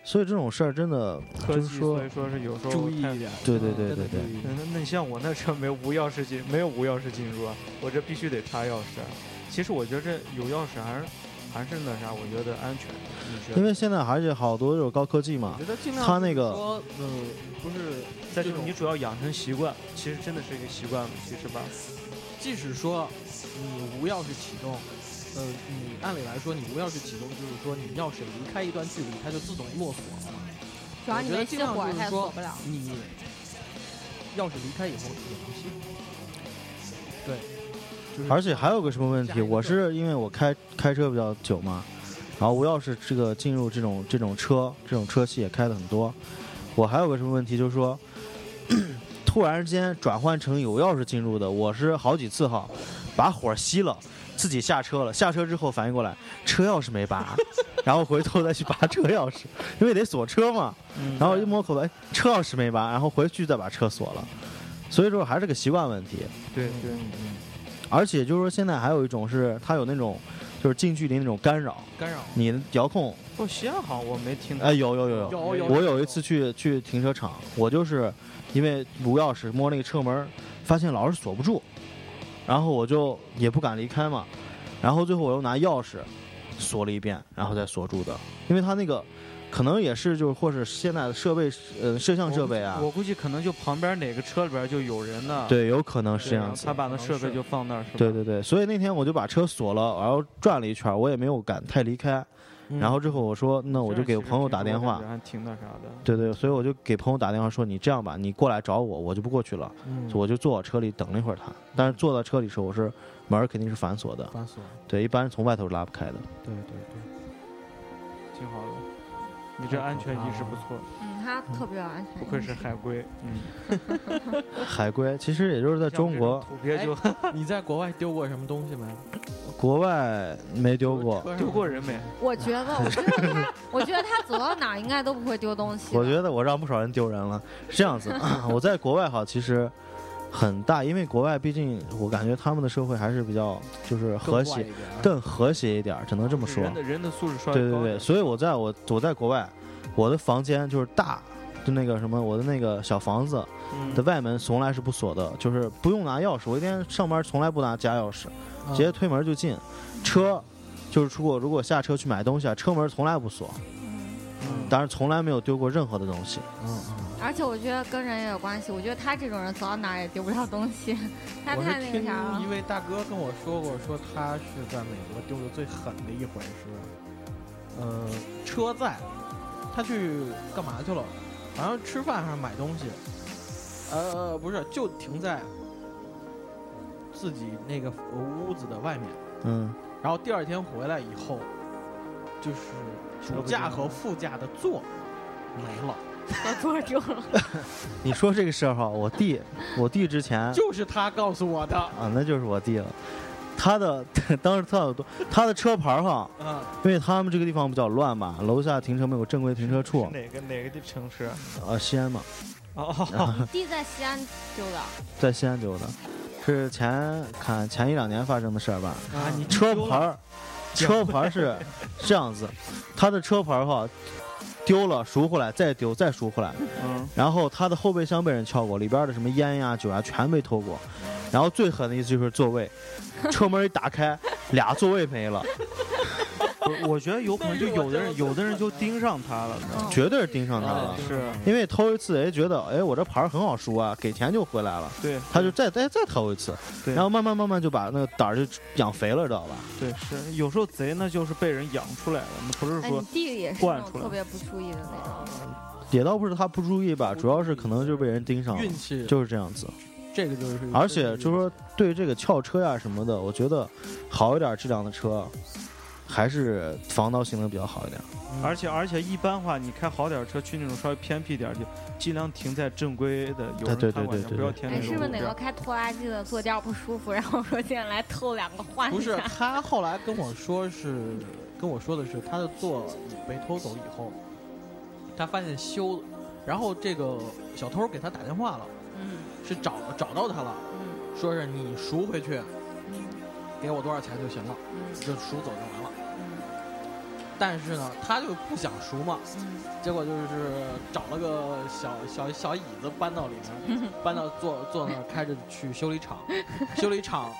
S5: 所以这种事儿真的
S1: 科
S5: 就
S1: 技，
S5: 是说
S1: 所以，说是有时候
S2: 注意
S1: 太
S2: 一点，
S5: 哦
S2: 嗯
S5: 对对对
S2: 真的
S5: 对对
S2: 注意一点
S1: 那那你像我那车没有无钥匙进，没有无钥匙进入，啊，我这必须得插钥匙。啊其实我觉得这有钥匙还是还是那啥，我觉得安全。你觉得？
S5: 因为现在而且好多这种高科技嘛
S2: 我，觉得尽量
S5: 他那个
S2: 说，嗯，不是，
S1: 再就是你主要养成习惯，其实真的是一个习惯问题，是吧？
S2: 即使说你无钥匙启动，呃，你按理来说你无钥匙启动，就是说你钥匙离开一段距离，它就自动落锁了嘛。
S3: 主要你
S2: 我觉
S3: 没
S2: 得
S3: 熄火，
S2: 尽
S3: 它
S2: 量就是
S3: 也
S2: 说
S3: 锁不了。
S2: 你钥匙离开以后也能熄火。对，就是
S5: 而且还有个什么问题，我是因为我开开车比较久嘛，然后无钥匙这个进入这种这种车这种车系也开的很多，我还有个什么问题就是说， 突然之间转换成有钥匙进入的，我是好几次哈，把火熄了。自己下车了，下车之后反应过来车钥匙没拔， 然后回头再去拔车钥匙，因为得锁车嘛。
S1: 嗯
S5: 然后一摸口袋，哎车钥匙没拔，然后回去再把车锁了。所以说还是个习惯问题。
S1: 对对，
S5: 而且就是说，现在还有一种是它有那种，就是近距离那种干扰，
S2: 干扰。
S5: 你的遥控，
S1: 哦，西安好像我没听到。
S5: 哎，有有有有，
S2: 有有，
S5: 我有一次去去停车场，我就是因为无钥匙摸那个车门，发现老是锁不住，然后我就也不敢离开嘛，然后最后我又拿钥匙锁了一遍，然后再锁住的，因为它那个可能也是就是或是现在的设备呃摄像设备啊
S1: 我，估计可能就旁边哪个车里边就有人呢。
S5: 对，有可能是这
S1: 对，然
S5: 样
S1: 后
S5: 子
S1: 他。把那设备
S2: 是
S1: 就放那儿，是吧？
S5: 对对对，所以那天我就把车锁了，然后转了一圈，我也没有敢太离开。
S1: 嗯。
S5: 然后之后我说，那
S1: 这
S5: 我
S1: 样
S5: 就给
S1: 其实
S5: 朋友
S1: 挺
S5: 打
S1: 我
S5: 电
S1: 感
S5: 话
S1: 觉，还挺那啥的。
S5: 对对，所以我就给朋友打电话说，你这样吧，你过来找我，我就不过去了，
S2: 嗯
S5: 我就坐我车里等了一会儿他。但是坐到车里时候，我是门儿肯定是反锁的，
S2: 反锁。
S5: 对，一般是从外头是拉不开的。
S2: 对对对，
S1: 挺好的。
S5: 嗯
S1: 你这安全意识不错，
S3: 嗯，它特别有安全
S1: 不
S3: 感。
S1: 愧是海归。嗯，
S5: 海归其实也就是在
S1: 在
S5: 中国、哎
S1: 土鳖就
S2: 你在国外丢过什么东西没？
S5: 国外没丢过，
S2: 车上
S1: 丢过人没？
S3: 我觉得，我觉得他，我觉得他走到哪儿应该都不会丢东西的。
S5: 我觉得我让不少人丢人了。是这样子，我在国外哈，其实很大，因为国外毕竟我感觉他们的社会还是比较就
S2: 更
S5: 是和
S2: 坏
S5: 谐
S2: 一，点儿。
S5: 更和谐一点儿，只能这么说。
S1: 人的人的素质稍微
S5: 对对
S1: 高
S5: 对，
S1: 点。
S5: 所以我在我我在国外，我的房间就是大，就那个什么，我的那个小房子
S1: 嗯
S5: 的外门从来是不锁的，就是不用拿钥匙。我一天上班从来不拿家钥匙，
S1: 啊
S2: 嗯
S5: 直接推门就进。车就是如果如果下车去买东西啊，车门从来不锁，
S3: 嗯，
S1: 嗯
S5: 当然从来没有丢过任何的东西。
S2: 嗯嗯，
S3: 而且我觉得跟人也有关系。我觉得他这种人走到哪儿也丢不了东 西，他
S2: 我
S3: 太那
S2: 是
S3: 个啥
S2: 听一
S3: 了。
S2: 位大哥跟我说过，说他是在美国丢的最狠的一回是，呃，车在，他去干嘛去了？好像吃饭还是买东西，呃，不是，就停在自己那个屋子的外面。
S5: 嗯，
S2: 然后第二天回来以后，就是主驾和副驾的座没了，
S3: 我坐住了。
S5: 你说这个事儿哈，我弟我弟之前
S2: 就是他告诉我的。
S5: 啊，那就是我弟了。他的 当时特有多，他的车牌儿哈，
S2: 嗯，
S5: 因为他们这个地方比较乱嘛，楼下停车没有正规停车处
S1: 是，哪个哪个地城市？啊
S5: 呃，西安嘛，
S1: 哦，
S3: 弟在西安丢的，
S5: 在西安丢的，是前看前一两年发生的事儿吧。
S1: 啊你
S5: 车
S1: 丢
S5: 牌
S1: 了
S5: 儿，车牌 儿是这样子，他的车牌儿哈丢了赎回来，再丢再赎回来，
S1: 嗯，
S5: 然后他的后备箱被人撬过，里边儿的什么烟呀、酒呀全被偷过，然后最狠的一次就是座位，车门一打开，俩座位没了。
S1: 我我觉嗯得有可能就有的人，有的人就盯上他了，你知
S3: 嗯
S1: 道吗？
S5: 绝对是盯上他
S1: 啊
S5: 了。
S1: 是，
S5: 因为偷一次，哎，觉得哎，我这牌儿很好输啊，给钱就回来了，
S1: 对，
S5: 他就再哎再再偷一次，
S1: 对
S5: 然后慢慢慢慢就把那个胆儿就养肥了，知道吧？
S1: 对是，有时候贼呢就是被人养出来的，不是
S3: 哎，
S1: 说
S3: 你弟弟也是那
S1: 惯
S3: 种
S1: 出来
S3: 特别不注意的那种。
S5: 也倒不是他不注意吧，主要是可能就被人盯上
S2: 运
S5: 了，
S2: 气，
S5: 就是这样子。
S2: 这个就是。
S5: 而且就是说对这个撬车呀、什么的，我觉得好一点质量的车，还是防盗性能比较好一点。
S1: 而且而且一般话，你开好点儿车去那种稍微偏僻点儿的地方，尽量停在正规的有
S5: 哎对
S1: 人看
S5: 对
S1: 管
S5: 对
S1: 的，
S5: 对
S1: 不要
S5: 对
S1: 停
S3: 哎，
S1: 那种
S3: 是不是
S1: 路
S3: 哪
S1: 边
S3: 个开拖拉机的坐垫不舒服，然 后说进来偷两个换
S2: 不
S3: 一
S2: 是
S3: 下？
S2: 他后来跟我说是跟我说的是他的座椅被偷走以后，他发现修，然后这个小偷给他打电话了，
S3: 嗯
S2: 是找找到他了，
S3: 嗯
S2: 说是你赎回去，
S3: 嗯
S2: 给我多少钱就行了，
S3: 嗯
S2: 就赎走就完了。
S3: 嗯
S2: 但是呢，他就不想赎嘛，
S3: 嗯
S2: 结果就是找了个小小小椅子搬到里面，搬到坐坐那儿开着去修理厂，修理厂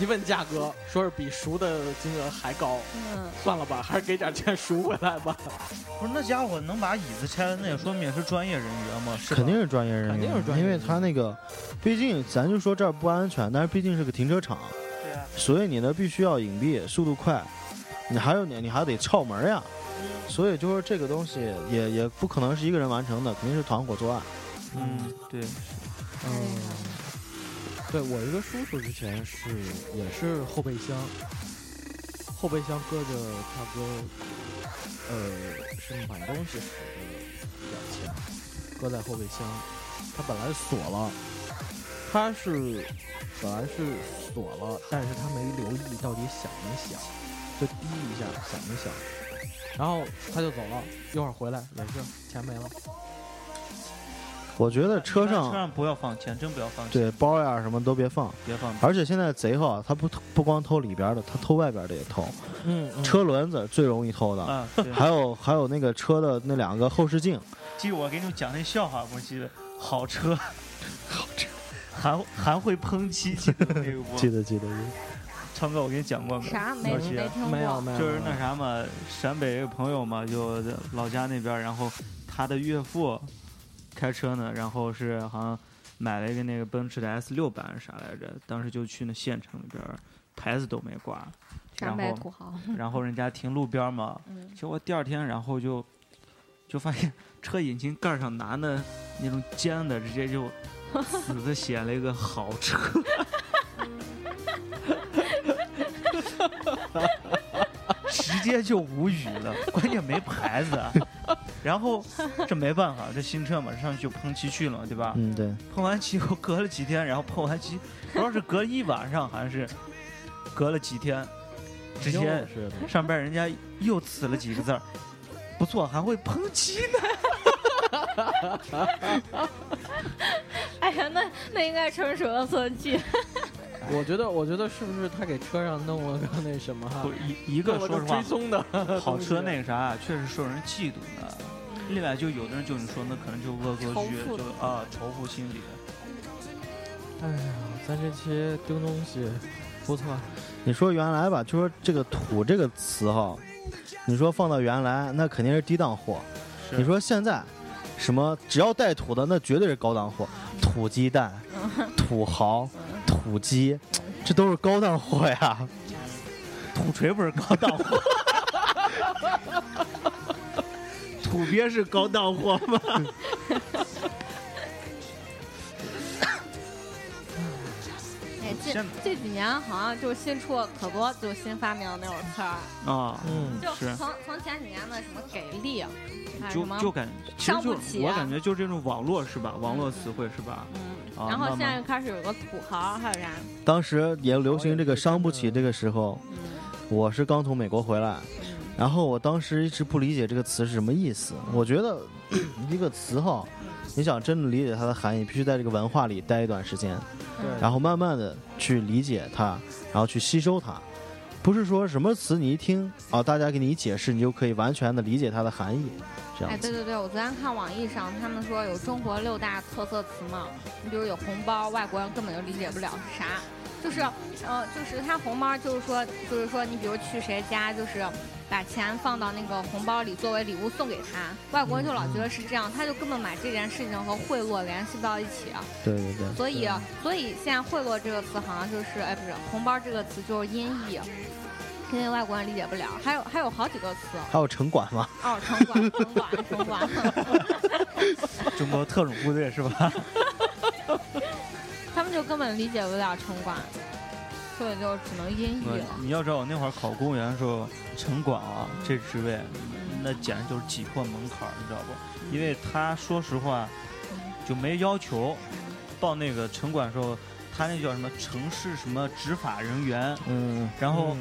S2: 一问价格，说是比赎的金额还高，
S3: 嗯，
S2: 算了吧，还是给点钱赎回来吧。
S4: 不是那家伙能把椅子拆了，那也说明也是专业人员嘛，是吧
S5: 肯定是专业人员，
S2: 肯定是专业
S5: 因
S2: 人
S5: 为
S2: 员
S5: 他那个，毕竟咱就说这儿不安全，但是毕竟是个停车场，
S4: 对啊
S5: 所以你呢必须要隐蔽，速度快，你还有你你还得撬门呀，所以就是这个东西也也不可能是一个人完成的，肯定是团伙作案。
S1: 嗯，对，
S3: 哎呀，
S2: 对我一个叔叔之前是也是后备箱，后备箱搁着差不多，呃，是满东西使的两千，搁在后备箱，他本来锁了，他是本来是锁了，但是他没留意到底响没响，就滴一下响没响，然后他就走了，一会儿回来也是钱没了，
S5: 我觉得车
S1: 一般车
S5: 上
S1: 上不要放钱，真不要放钱，
S5: 对包呀什么都别放，
S1: 别放。
S5: 而且现在贼哈，他不不光偷里边的，他偷外边的也偷，
S2: 嗯
S5: 车轮子最容易偷的。
S1: 啊，对，
S5: 还有还有那个车的那两个后视镜，
S4: 记得我给你们讲那笑话不？记得好车，好车，还还会喷漆，记得那个不？
S5: 得记得，
S1: 昌哥，我给你讲过
S3: 嗯
S1: 没？
S3: 啥没
S1: 老七
S3: 没听过？
S2: 没有没有，
S1: 就是那啥嘛，陕北有朋友嘛，就老家那边儿，然后他的岳父开车呢，然后是好像买了一个那个奔驰的 S 六版啥来着，当时就去那县城里边儿，牌子都没挂，
S3: 陕北土 豪。
S1: 然后人家停路边儿嘛，
S3: 嗯
S1: 结果第二天然后就就发现车引擎盖儿上拿的那种尖的，直接就死的写了一个好车。
S4: 直接就无语了，关键没牌子啊。然后这没办法，这新车嘛，上去就喷漆去了，对吧？
S5: 嗯，对，
S4: 喷完漆以后隔了几天，然后喷完漆，不知道是隔了一晚上还是隔了几天，直接
S2: 是 的
S4: 上边人家又呲了几个字儿，不错，还会喷漆呢。
S3: 哎呀，那那应该成什么算计？
S2: 我觉得，我觉得是不是他给车上弄了个那什么哈
S1: 不，一一
S2: 弄
S1: 个
S2: 了
S1: 说实话
S2: 追，踪的
S1: 好车
S2: 东西
S1: 那个啥，确实受人嫉妒的。另外，就有的人就你说那可能就恶作剧，
S3: 仇富
S1: 就啊仇富心理。
S2: 哎呀，咱这期丢东西不错，
S5: 你说原来吧，就说这个“土”这个词哈，你说放到原来那肯定是低档货，
S1: 是
S5: 你说现在什么只要带土的那绝对是高档货，土 鸡蛋、土豪、土鸡，这都是高档货呀。
S4: 土锤不是高档货，土鳖是高档货吗？
S3: 哎，这
S4: 现
S3: 这几年好像就新出了可多就新发明的那种词儿，
S1: 啊，
S2: 嗯，
S3: 就是从从前几年的什么给力，啊还有什
S1: 就
S3: 么
S1: 就感其实
S3: 伤
S1: 就
S3: 不起
S1: 我
S3: 啊
S1: 感觉就这种网络是吧？网络词汇 是吧？
S3: 嗯，
S1: 啊
S3: 然后
S1: 慢慢
S3: 现在开始有个土豪，还有啥？
S5: 当时也流行这个“伤不起”这个时候，
S3: 嗯
S5: 我是刚从美国回来，
S3: 嗯
S5: 然后我当时一直不理解这个词是什么意思。我觉得 一个词哈，你想真的理解它的含义，必须在这个文化里待一段时间，
S2: 对
S5: 然后慢慢的去理解它，然后去吸收它。不是说什么词你一听啊，大家给你一解释，你就可以完全的理解它的含义，这
S3: 哎，
S5: 样
S3: 对
S5: 子。
S3: 对对，我昨天看网易上他们说有中国六大特色词嘛，你比如有红包，外国人根本就理解不了是啥，就是，呃，就是他红包就是说，就是说你比如去谁家，就是，把钱放到那个红包里作为礼物送给他。外国人就老觉得是这样，他就根本把这件事情和贿赂联系不到一起。啊
S5: 对对对，
S3: 所以，所以现在“贿赂”这个词好像就是，哎，不是“红包”这个词就是音译，啊因为外国人理解不了。还有还有好几个词，啊
S5: 还有城管嘛，
S3: 哦，城管，城管，城管。
S1: 中国特种部队是吧？
S3: 他们就根本理解不了城管，所以就只能音译
S1: 我
S5: 啊
S3: 了。
S1: 呃你要知道，我那会儿考公务员的时候，城管啊
S5: 嗯
S1: 这职位，那简直就是挤破门槛儿，你知道
S5: 嗯
S1: 不？因为他说实话
S3: 嗯，
S1: 就没要求到那个城管的时候，他那叫什么城市什么执法人员，
S5: 嗯，
S1: 然后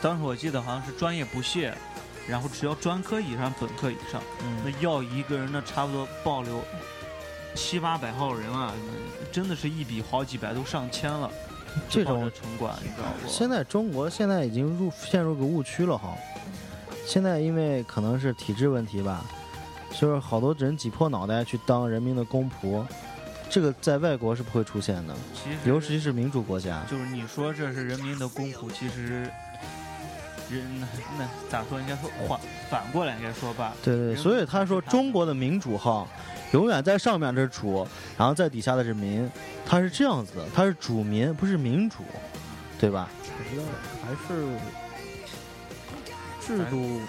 S1: 当时我记得好像是专业不懈，然后只要专科以上、本科以上，那
S5: 嗯
S1: 要一个人那差不多保留七八百号人啊，真的是一笔好几百都上千了。
S5: 这
S1: 就靠
S5: 种
S1: 城管，你知道不？
S5: 现在中国现在已经入陷入个误区了哈，现在因为可能是体制问题吧，就是好多人挤破脑袋去当人民的公仆，这个在外国是不会出现的，
S1: 其实
S5: 尤其是民主国家。
S1: 就是你说这是人民的公仆，其实人那那咋说？应该说反反过来应该说吧，
S5: 对对，
S1: 人
S5: 所以他说
S1: 民是他们
S5: 中国的民主哈，永远在上面这是主，然后在底下的是民，他是这样子的，他是主民，不是民主，对吧？
S2: 我觉得还是制度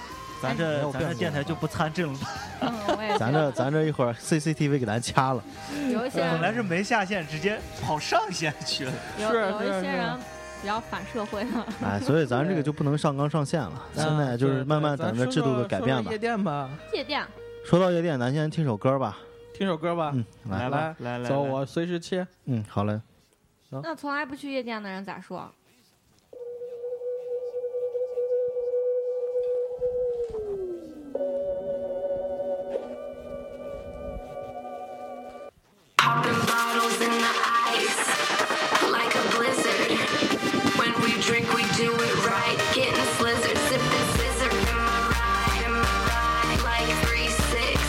S1: 咱
S2: 哎没
S1: 这
S2: 有
S1: 咱
S2: 辩
S1: 这
S2: 驳
S1: 电台
S2: 吧
S1: 就不参政了。
S3: 嗯，我也觉
S5: 咱
S3: 得
S5: 这咱这一会儿 CCTV 给咱掐了，
S3: 有一些
S2: 啊
S1: 本来啊
S3: 人，
S1: 是没下线，直接跑上线去了。
S3: 有
S2: 是
S3: 有一些
S2: 是是
S3: 人比较反社会的。
S5: 哎，所以咱这个就不能上纲上线了，现在就是慢慢等着制度的改变吧
S2: 夜。店吧，
S3: 夜店，
S5: 说到夜店，咱先听首歌吧，
S2: 听首歌吧，
S5: 嗯，来，
S1: 吧，来来，
S2: 走，
S1: 来
S2: 我随时切。
S5: 嗯，好嘞，
S3: 那从来不去夜店的人咋说？
S6: Popping bottles in the ice like a blizzard. When we drink, we do it right. Getting slizzard, sipping scissor. In my ride, in my ride, like three six.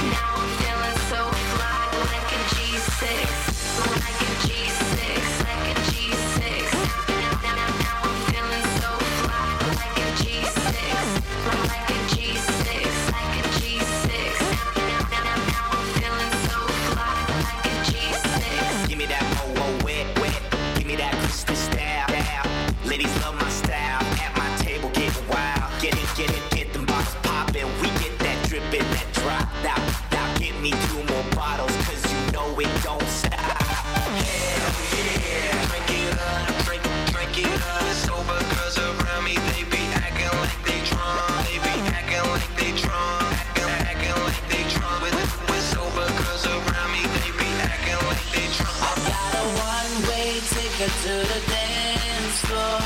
S6: Now I'm feeling so fly, like a G6, like a G6, like a G6. Now, now, now I'm feeling so fly, like a G6, like a G6, like a G6. Now, now, now, now I'm feeling so fly, like a G6.
S7: Give me that mo mo wet wet. Give me that crystal style. style. Ladies love my style. At my table get wild. Get it, get it, get them bottles poppin'. We get that drippin', that drop out. Now give me two more bottles, cause you know it don't stop. Hell yeah. Drink it up, drink, drink it up. Sober girls around me, they be acting like they drunk. They be acting like they drunk. Acting, acting like they drunk. With, with sober girls around me, they be acting like they drunk.
S8: I got a one-way ticket to the dance floor.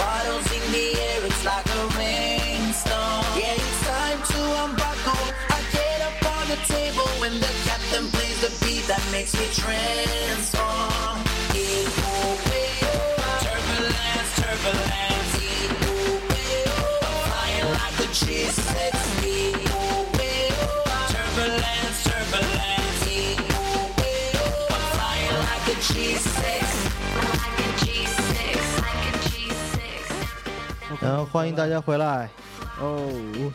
S8: Bottles in the air, it's like a rainstorm. Yeah, it's time to unbuckle. I get up on the table when the captain plays the beat that makes me transform. E-O-A-O, Turbulence, turbulence. E-O-A-O, I'm flying like a G6. E-O-A-O, Turbulence, turbulence. E-O-A-O, I'm flying like a G6.
S6: Like a G6, like a G6.
S5: 然后欢迎大家 回来，
S2: 哦，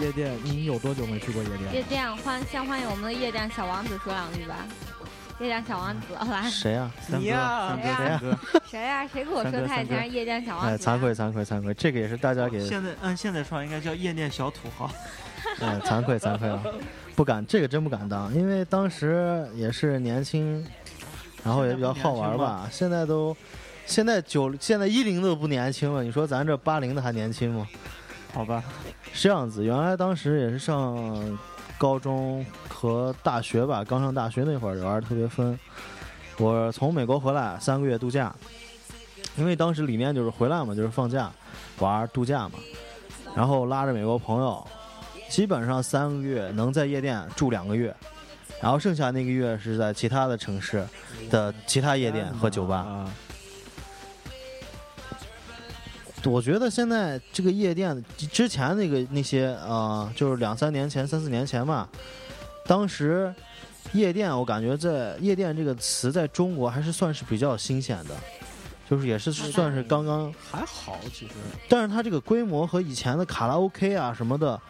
S2: 夜店，你有多久没去过夜
S3: 夜
S2: 店？
S3: 店欢先欢迎我们的夜店小王子说两句吧。夜店小王子，来
S5: 谁啊呀？
S1: 三
S2: 你
S1: 哥，
S2: 呀
S1: 三
S3: 谁
S1: 哥，
S3: 呀
S1: 三哥。
S3: 谁呀、谁给我
S1: 三
S3: 说
S1: 哥
S3: 他以
S1: 三
S3: 前
S1: 哥
S3: 是夜店小王子、
S5: 啊哎，
S3: 啊？
S5: 惭愧惭愧惭愧，这个也是大 家给
S1: 现在按现在说应该叫夜店小土豪，
S5: 哎，惭愧惭愧啊，不敢，这个真不敢当，因为当时也是年轻，然后也比较好玩吧。现在都，现在九，现在一零的都不年轻了，你说咱这八零的还年轻吗？
S1: 好吧？
S5: 是这样子，原来当时也是上高中和大学吧，刚上大学那会儿玩的特别疯。我从美国回来三个月度假，因为当时理念就是回来嘛，就是放假玩儿度假嘛，然后拉着美国朋友，基本上三个月能在夜店住两个月，然后剩下那个月是在其他的城市的其他夜店和酒吧。
S2: 啊，
S5: 我觉得现在这个夜店之前那个那些呃，就是两三年前、三四年前吧，当时夜店我感觉在夜店这个词在中国还是算是比较新鲜的，就是也是
S3: 那
S5: 算是刚刚，
S2: 还好其实，
S5: 但是它这个规模和以前的卡拉 OK 啊什么的、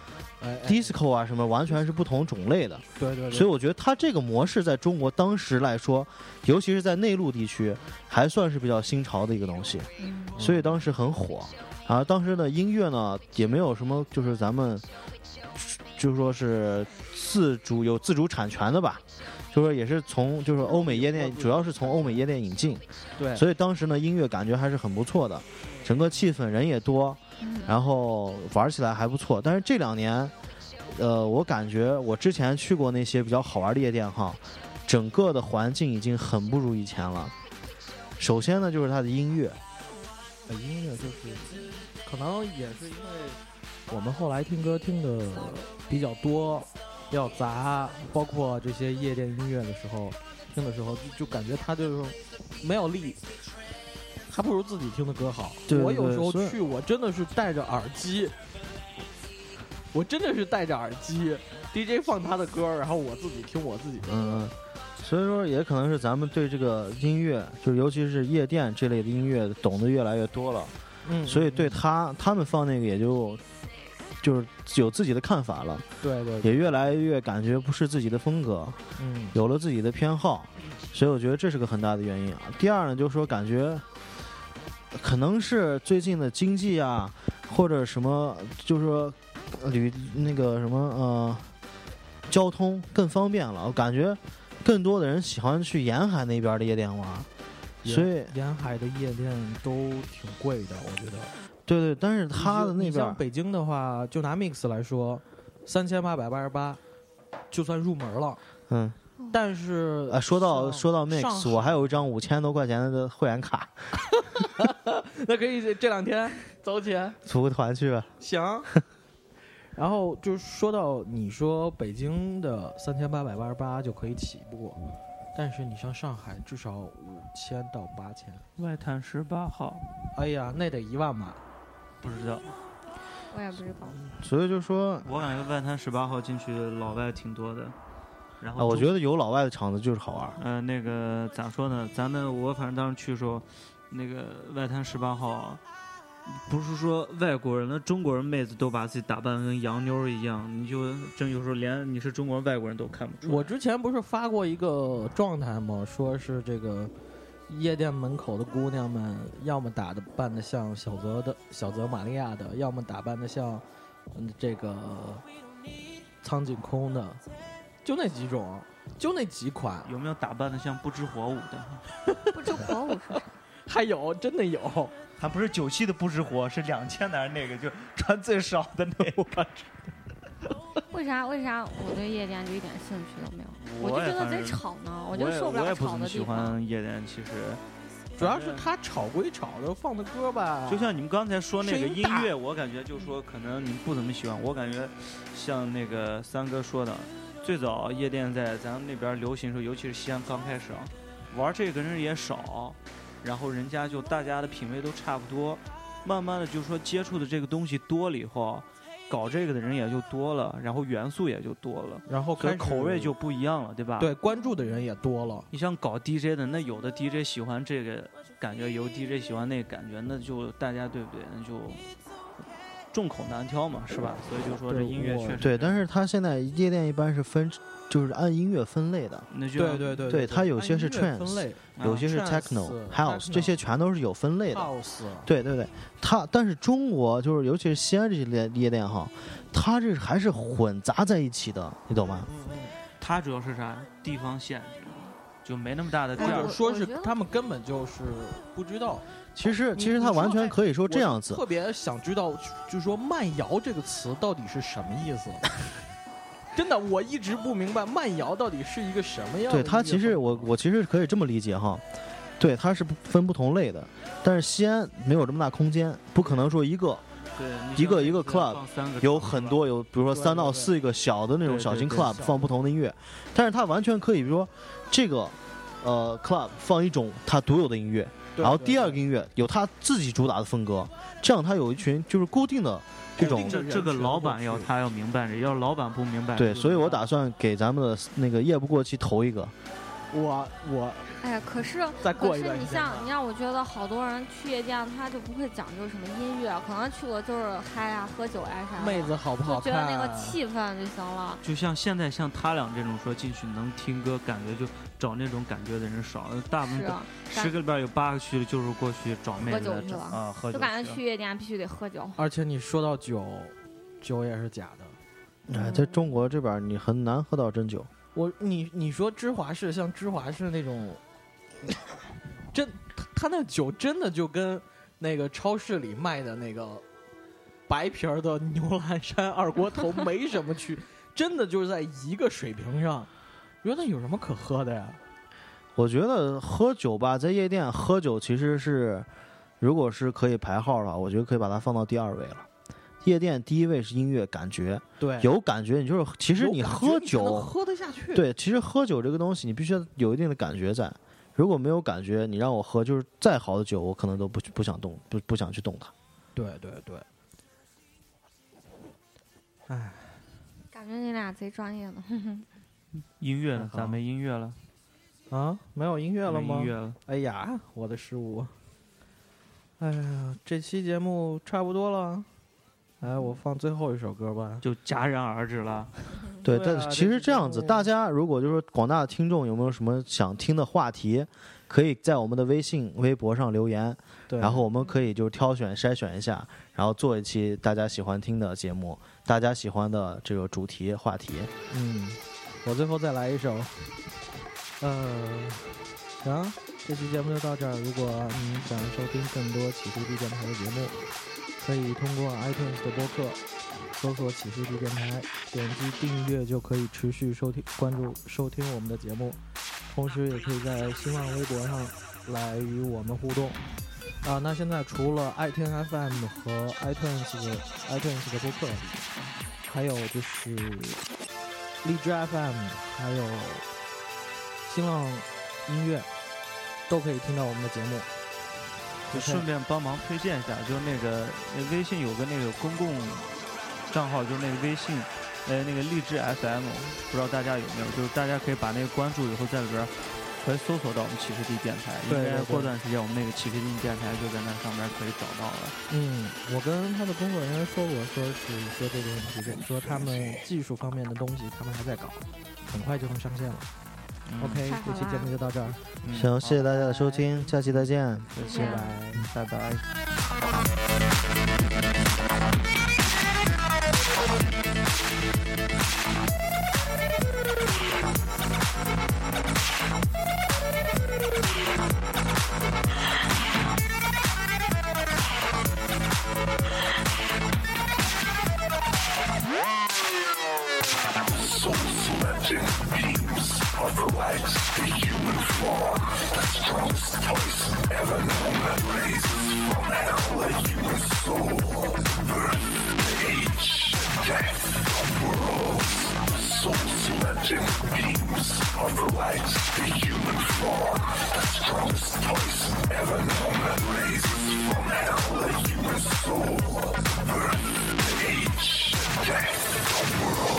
S2: 哎，哎
S5: disco 啊什么完全是不同种类的，
S2: 对对对，
S5: 所以我觉得它这个模式在中国当时来说，尤其是在内陆地区，还算是比较新潮的一个东西，
S3: 嗯
S5: 所以当时很火。啊，当时的音乐呢，也没有什么，就是咱们，就说是自主有自主产权的吧，就说也是从就是欧美夜店，主要是从欧美夜店引进，
S2: 对，
S5: 所以当时呢，音乐感觉还是很不错的，整个气氛人也多，
S3: 嗯
S5: 然后玩起来还不错。但是这两年，呃，我感觉我之前去过那些比较好玩的夜店哈，整个的环境已经很不如以前了。首先呢，就是它的音乐，
S2: 呃音乐就是，可能也是因为我们后来听歌听的比较多，比较杂，包括这些夜店音乐的时候，听的时候就就感觉它就是没有力，还不如自己听的歌好。
S5: 对
S2: 我
S5: 对
S2: 有时候
S5: 所以
S2: 去，我真的是戴着耳机，我真的是戴着耳机，DJ 放他的歌，然后我自己听我自己的。
S5: 嗯，所以说也可能是咱们对这个音乐，就是尤其是夜店这类的音乐懂得越来越多了，
S2: 嗯
S5: 所以对他他们放那个也就就是有自己的看法了。
S2: 嗯对对对，
S5: 也越来越感觉不是自己的风格，
S2: 嗯，
S5: 有了自己的偏好，所以我觉得这是个很大的原因啊。第二呢，就是说感觉可能是最近的经济啊，或者什么，就是说呃旅那个什么呃，交通更方便了，我感觉更多的人喜欢去沿海那边的夜店玩，
S2: 也
S5: 所以
S2: 沿海的夜店都挺贵的，我觉得。
S5: 对对，但是他的
S2: 你
S5: 那
S2: 像
S5: 边。
S2: 北京的话，就拿 Mix 来说，三千八百八十八，就算入门了。
S5: 嗯，
S2: 但是
S5: 啊，说到
S2: 像
S5: 说到
S2: 上
S5: Mix，
S2: 海
S5: 我还有一张五千多块钱的会员卡，
S2: 那可以这两天走起，
S5: 组个团去吧。
S2: 行。然后就是说到你说北京的三千八百八十八就可以起步，但是你上上海至少五千到八千，
S1: 外滩十八号
S2: 哎呀，那得一万吧。
S1: 不知道，
S3: 我也不知道。
S5: 所以就说，
S1: 我感觉外滩十八号进去老外挺多的，然后
S5: 啊，我
S1: 中
S5: 觉得有老外的场子就是好玩儿。
S1: 呃，那个咋说呢？咱们我反正当时去的时候，那个外滩十八号，不是说外国人，那中国人妹子都把自己打扮得跟洋妞儿一样，你就真有时候连你是中国人、外国人都看不出来。
S2: 我之前不是发过一个状态吗？说是这个夜店门口的姑娘们，要么打的扮的像小泽的小泽玛利亚的，要么打扮的像嗯这个苍井空的，就那几种，就那几款。
S1: 有没有打扮的像不知火舞的？
S3: 不知火舞是啥？
S2: 还有，真的有，
S4: 还不是九七的不知火，是两千男那个就穿最少的那个。
S3: 为啥为啥我对夜店就一点兴趣都没有？
S1: 我
S3: 我就觉
S1: 也
S3: 得
S1: 反
S3: 贼
S1: 正
S3: 吵呢，
S1: 我
S3: 就
S1: 也
S3: 受不
S1: 我
S3: 了
S1: 也不
S3: 吵
S1: 怎么
S3: 的
S1: 喜
S3: 地方。
S1: 欢夜店，其实
S2: 主要是他吵归吵的，放的歌吧，
S1: 就像你们刚才说那
S2: 啊声
S1: 个
S2: 音
S1: 音
S2: 大
S1: 乐，我感觉就说可能你们不怎么喜欢。我感觉像那个三哥说的，最早夜店在咱们那边流行的时候，尤其是西安刚开始啊，玩这个人也少，然后人家就大家的品味都差不多，慢慢的就说接触的这个东西多了以后，搞这个的人也就多了，然后元素也就多了，
S2: 然后
S1: 所
S2: 开
S1: 以
S2: 始
S1: 口味就不一样了，对吧？
S2: 对关注的人也多了。
S1: 你像搞 DJ 的，那有的 DJ 喜欢这个感觉，有的 DJ 喜欢那个感觉，那就大家对不对？那就众口难挑嘛，是吧？所以就说这
S2: 对
S1: 音乐
S2: 我
S1: 确实
S5: 对，但是它现在夜店一般是分，就是按音乐分类的，
S1: 那就
S2: 对对对
S5: 对它有些是
S2: 按音乐分
S5: trance，
S2: 类
S1: 啊
S5: 有些是
S2: trance
S5: techno、
S2: techno 哦
S5: house，这些全都是有分类的。
S2: house，
S5: 对对对，它但是中国就是尤其是西安这些夜夜店哈，它这还是混杂在一起的，你懂吗？
S2: 嗯嗯。
S1: 它主要是啥？地方限制，就没那么大的地
S2: 或
S1: 儿
S2: 者
S3: 我。
S2: 说
S3: 我
S2: 是
S3: 觉得
S2: 他们根本就是不知道，
S5: 其实
S2: 你
S5: 其实它
S2: 你说
S5: 完全
S2: 哎
S5: 可以说
S2: 我
S5: 这样子，
S2: 特别想知道，就是说“慢摇”这个词到底是什么意思。 真的，我一直不明白“慢摇”到底是一个什么样的
S5: 对
S2: 意思。
S5: 它其实我我其实可以这么理解哈，对，它是不分不同类的，但是西安没有这么大空间，不可能说一个
S1: 对，你
S5: 一个
S1: 像
S5: 一个
S1: 这样
S5: club，
S1: 放三个
S5: 有
S1: club
S5: 很
S1: 吧
S5: 多有，比如说
S2: 对
S5: 三
S2: 对
S5: 到
S2: 对
S5: 四个小的那种
S1: 对
S5: 小
S1: 对
S5: 型
S1: 对
S5: club
S2: 小
S5: 放不同的音乐，但是它完全可以，比如说这个呃 club 放一种它独有的音乐，
S2: 对，
S5: 然后
S2: 对
S5: 第二个
S2: 对
S5: 音乐有它自己主打的风格，这样它有一群就是固定的这
S2: 固定
S5: 种
S2: 的
S1: 这
S2: 人
S1: 这个
S2: 全
S1: 老
S2: 都
S1: 板
S2: 去
S1: 要他要明白这，要是老板不明白。
S5: 对，
S1: 就
S5: 所以
S1: 没
S5: 我
S1: 办
S5: 打算给咱们的那个夜不过期投一个，
S2: 我我
S3: 哎呀，可是
S2: 再
S3: 可
S2: 过一
S3: 是
S2: 段时
S3: 你
S2: 间
S3: 像
S2: 吧
S3: 你让我觉得好多人去夜店，他就不会讲究什么音乐，可能去过就是嗨啊、喝酒啊啥的，
S2: 妹子好不好
S3: 就觉
S2: 看？
S3: 得那个气氛就行了。
S1: 就像现在像他俩这种说进去能听歌，感觉就找那种感觉的人少，大部
S3: 是
S1: 分
S3: 啊，但
S1: 十个里边有八个去的就是过去找妹
S3: 喝
S1: 子
S3: 酒
S1: 的
S3: 去了
S1: 啊，喝酒
S3: 就感
S1: 去
S3: 觉
S1: 了
S3: 去夜店必须得喝酒。
S2: 而且你说到酒，酒也是假的。
S5: 哎，在中国这边儿你很难喝到真酒。
S2: 我你你说芝华士像芝华士那种，真他他那酒真的就跟那个超市里卖的那个白瓶儿的牛栏山二锅头没什么区，真的就是在一个水平上。你说那有什么可喝的呀？
S5: 我觉得喝酒吧，在夜店喝酒其实是，如果是可以排号的话，我觉得可以把它放到第二位了。夜店第一位是音乐感觉，
S2: 对有
S5: 有感觉你就是，其实你
S2: 感觉
S5: 喝
S2: 你才能
S5: 酒，
S2: 喝得下去。，
S5: 对，其实喝酒这个东西你必须要有一定的感觉在。如果没有感觉，你让我喝就是再好的酒，我可能都不不想动，不不想去动它。
S2: 对对对，哎，
S3: 感觉你俩贼专业呢。
S1: 音乐呢，咋没音乐了？
S2: 啊，没有音乐嗯了
S1: 没
S2: 吗？
S1: 音乐了，
S2: 哎呀，我的失误！哎呀，这期节目差不多了，来，我放最后一首歌吧。
S1: 就戛然而止 了。
S5: 对，
S2: 对啊
S5: 但其
S2: 这
S5: 实
S2: 是
S5: 这样子，
S2: 真的
S5: 大家如果就是广大的听众有没有什么想听的话题，可以在我们的微信、微博上留言，
S2: 对，
S5: 然后我们可以就是挑选筛选一下，然后做一期大家喜欢听的节目，大家喜欢的这个主题话题。
S2: 嗯，我最后再来一首。呃，行，这期节目就到这儿。如果你想收听更多起飞地电台的节目，可以通过 iTunes 的播客搜索“起飞地电台”，点击订阅就可以持续收听、关注、收听我们的节目。同时，也可以在新浪微博上来与我们互动。啊，那现在除了爱听 FM 和 iTunes 的 iTunes 的播客，还有就是荔枝 FM，还有新浪音乐，都可以听到我们的节目。
S1: 就
S2: OK
S1: 顺便帮忙推荐一下，就是那个那微信有个那个公共账号，就是那个微信，呃，那个荔枝 FM，不知道大家有没有？就是大家可以把那个关注以后，在里边儿可以搜索到我们起飞地电台。
S2: 对
S1: 应该
S2: 对对
S1: 过段时间我们那个起飞地电台就在那上面可以找到了。
S2: 嗯，我跟他的工作人员说过，说是说这个问题，说他们技术方面的东西他们还在搞，很快就能上线了。
S1: 嗯
S2: OK，
S3: 太好
S2: 这期节目
S3: 啦
S2: 就到这儿，
S1: 嗯
S5: 行，谢谢大家的收
S2: 拜拜
S5: 听，下期再见。
S1: 谢
S2: 拜
S1: 谢，拜
S2: 拜。
S1: 拜。
S9: World.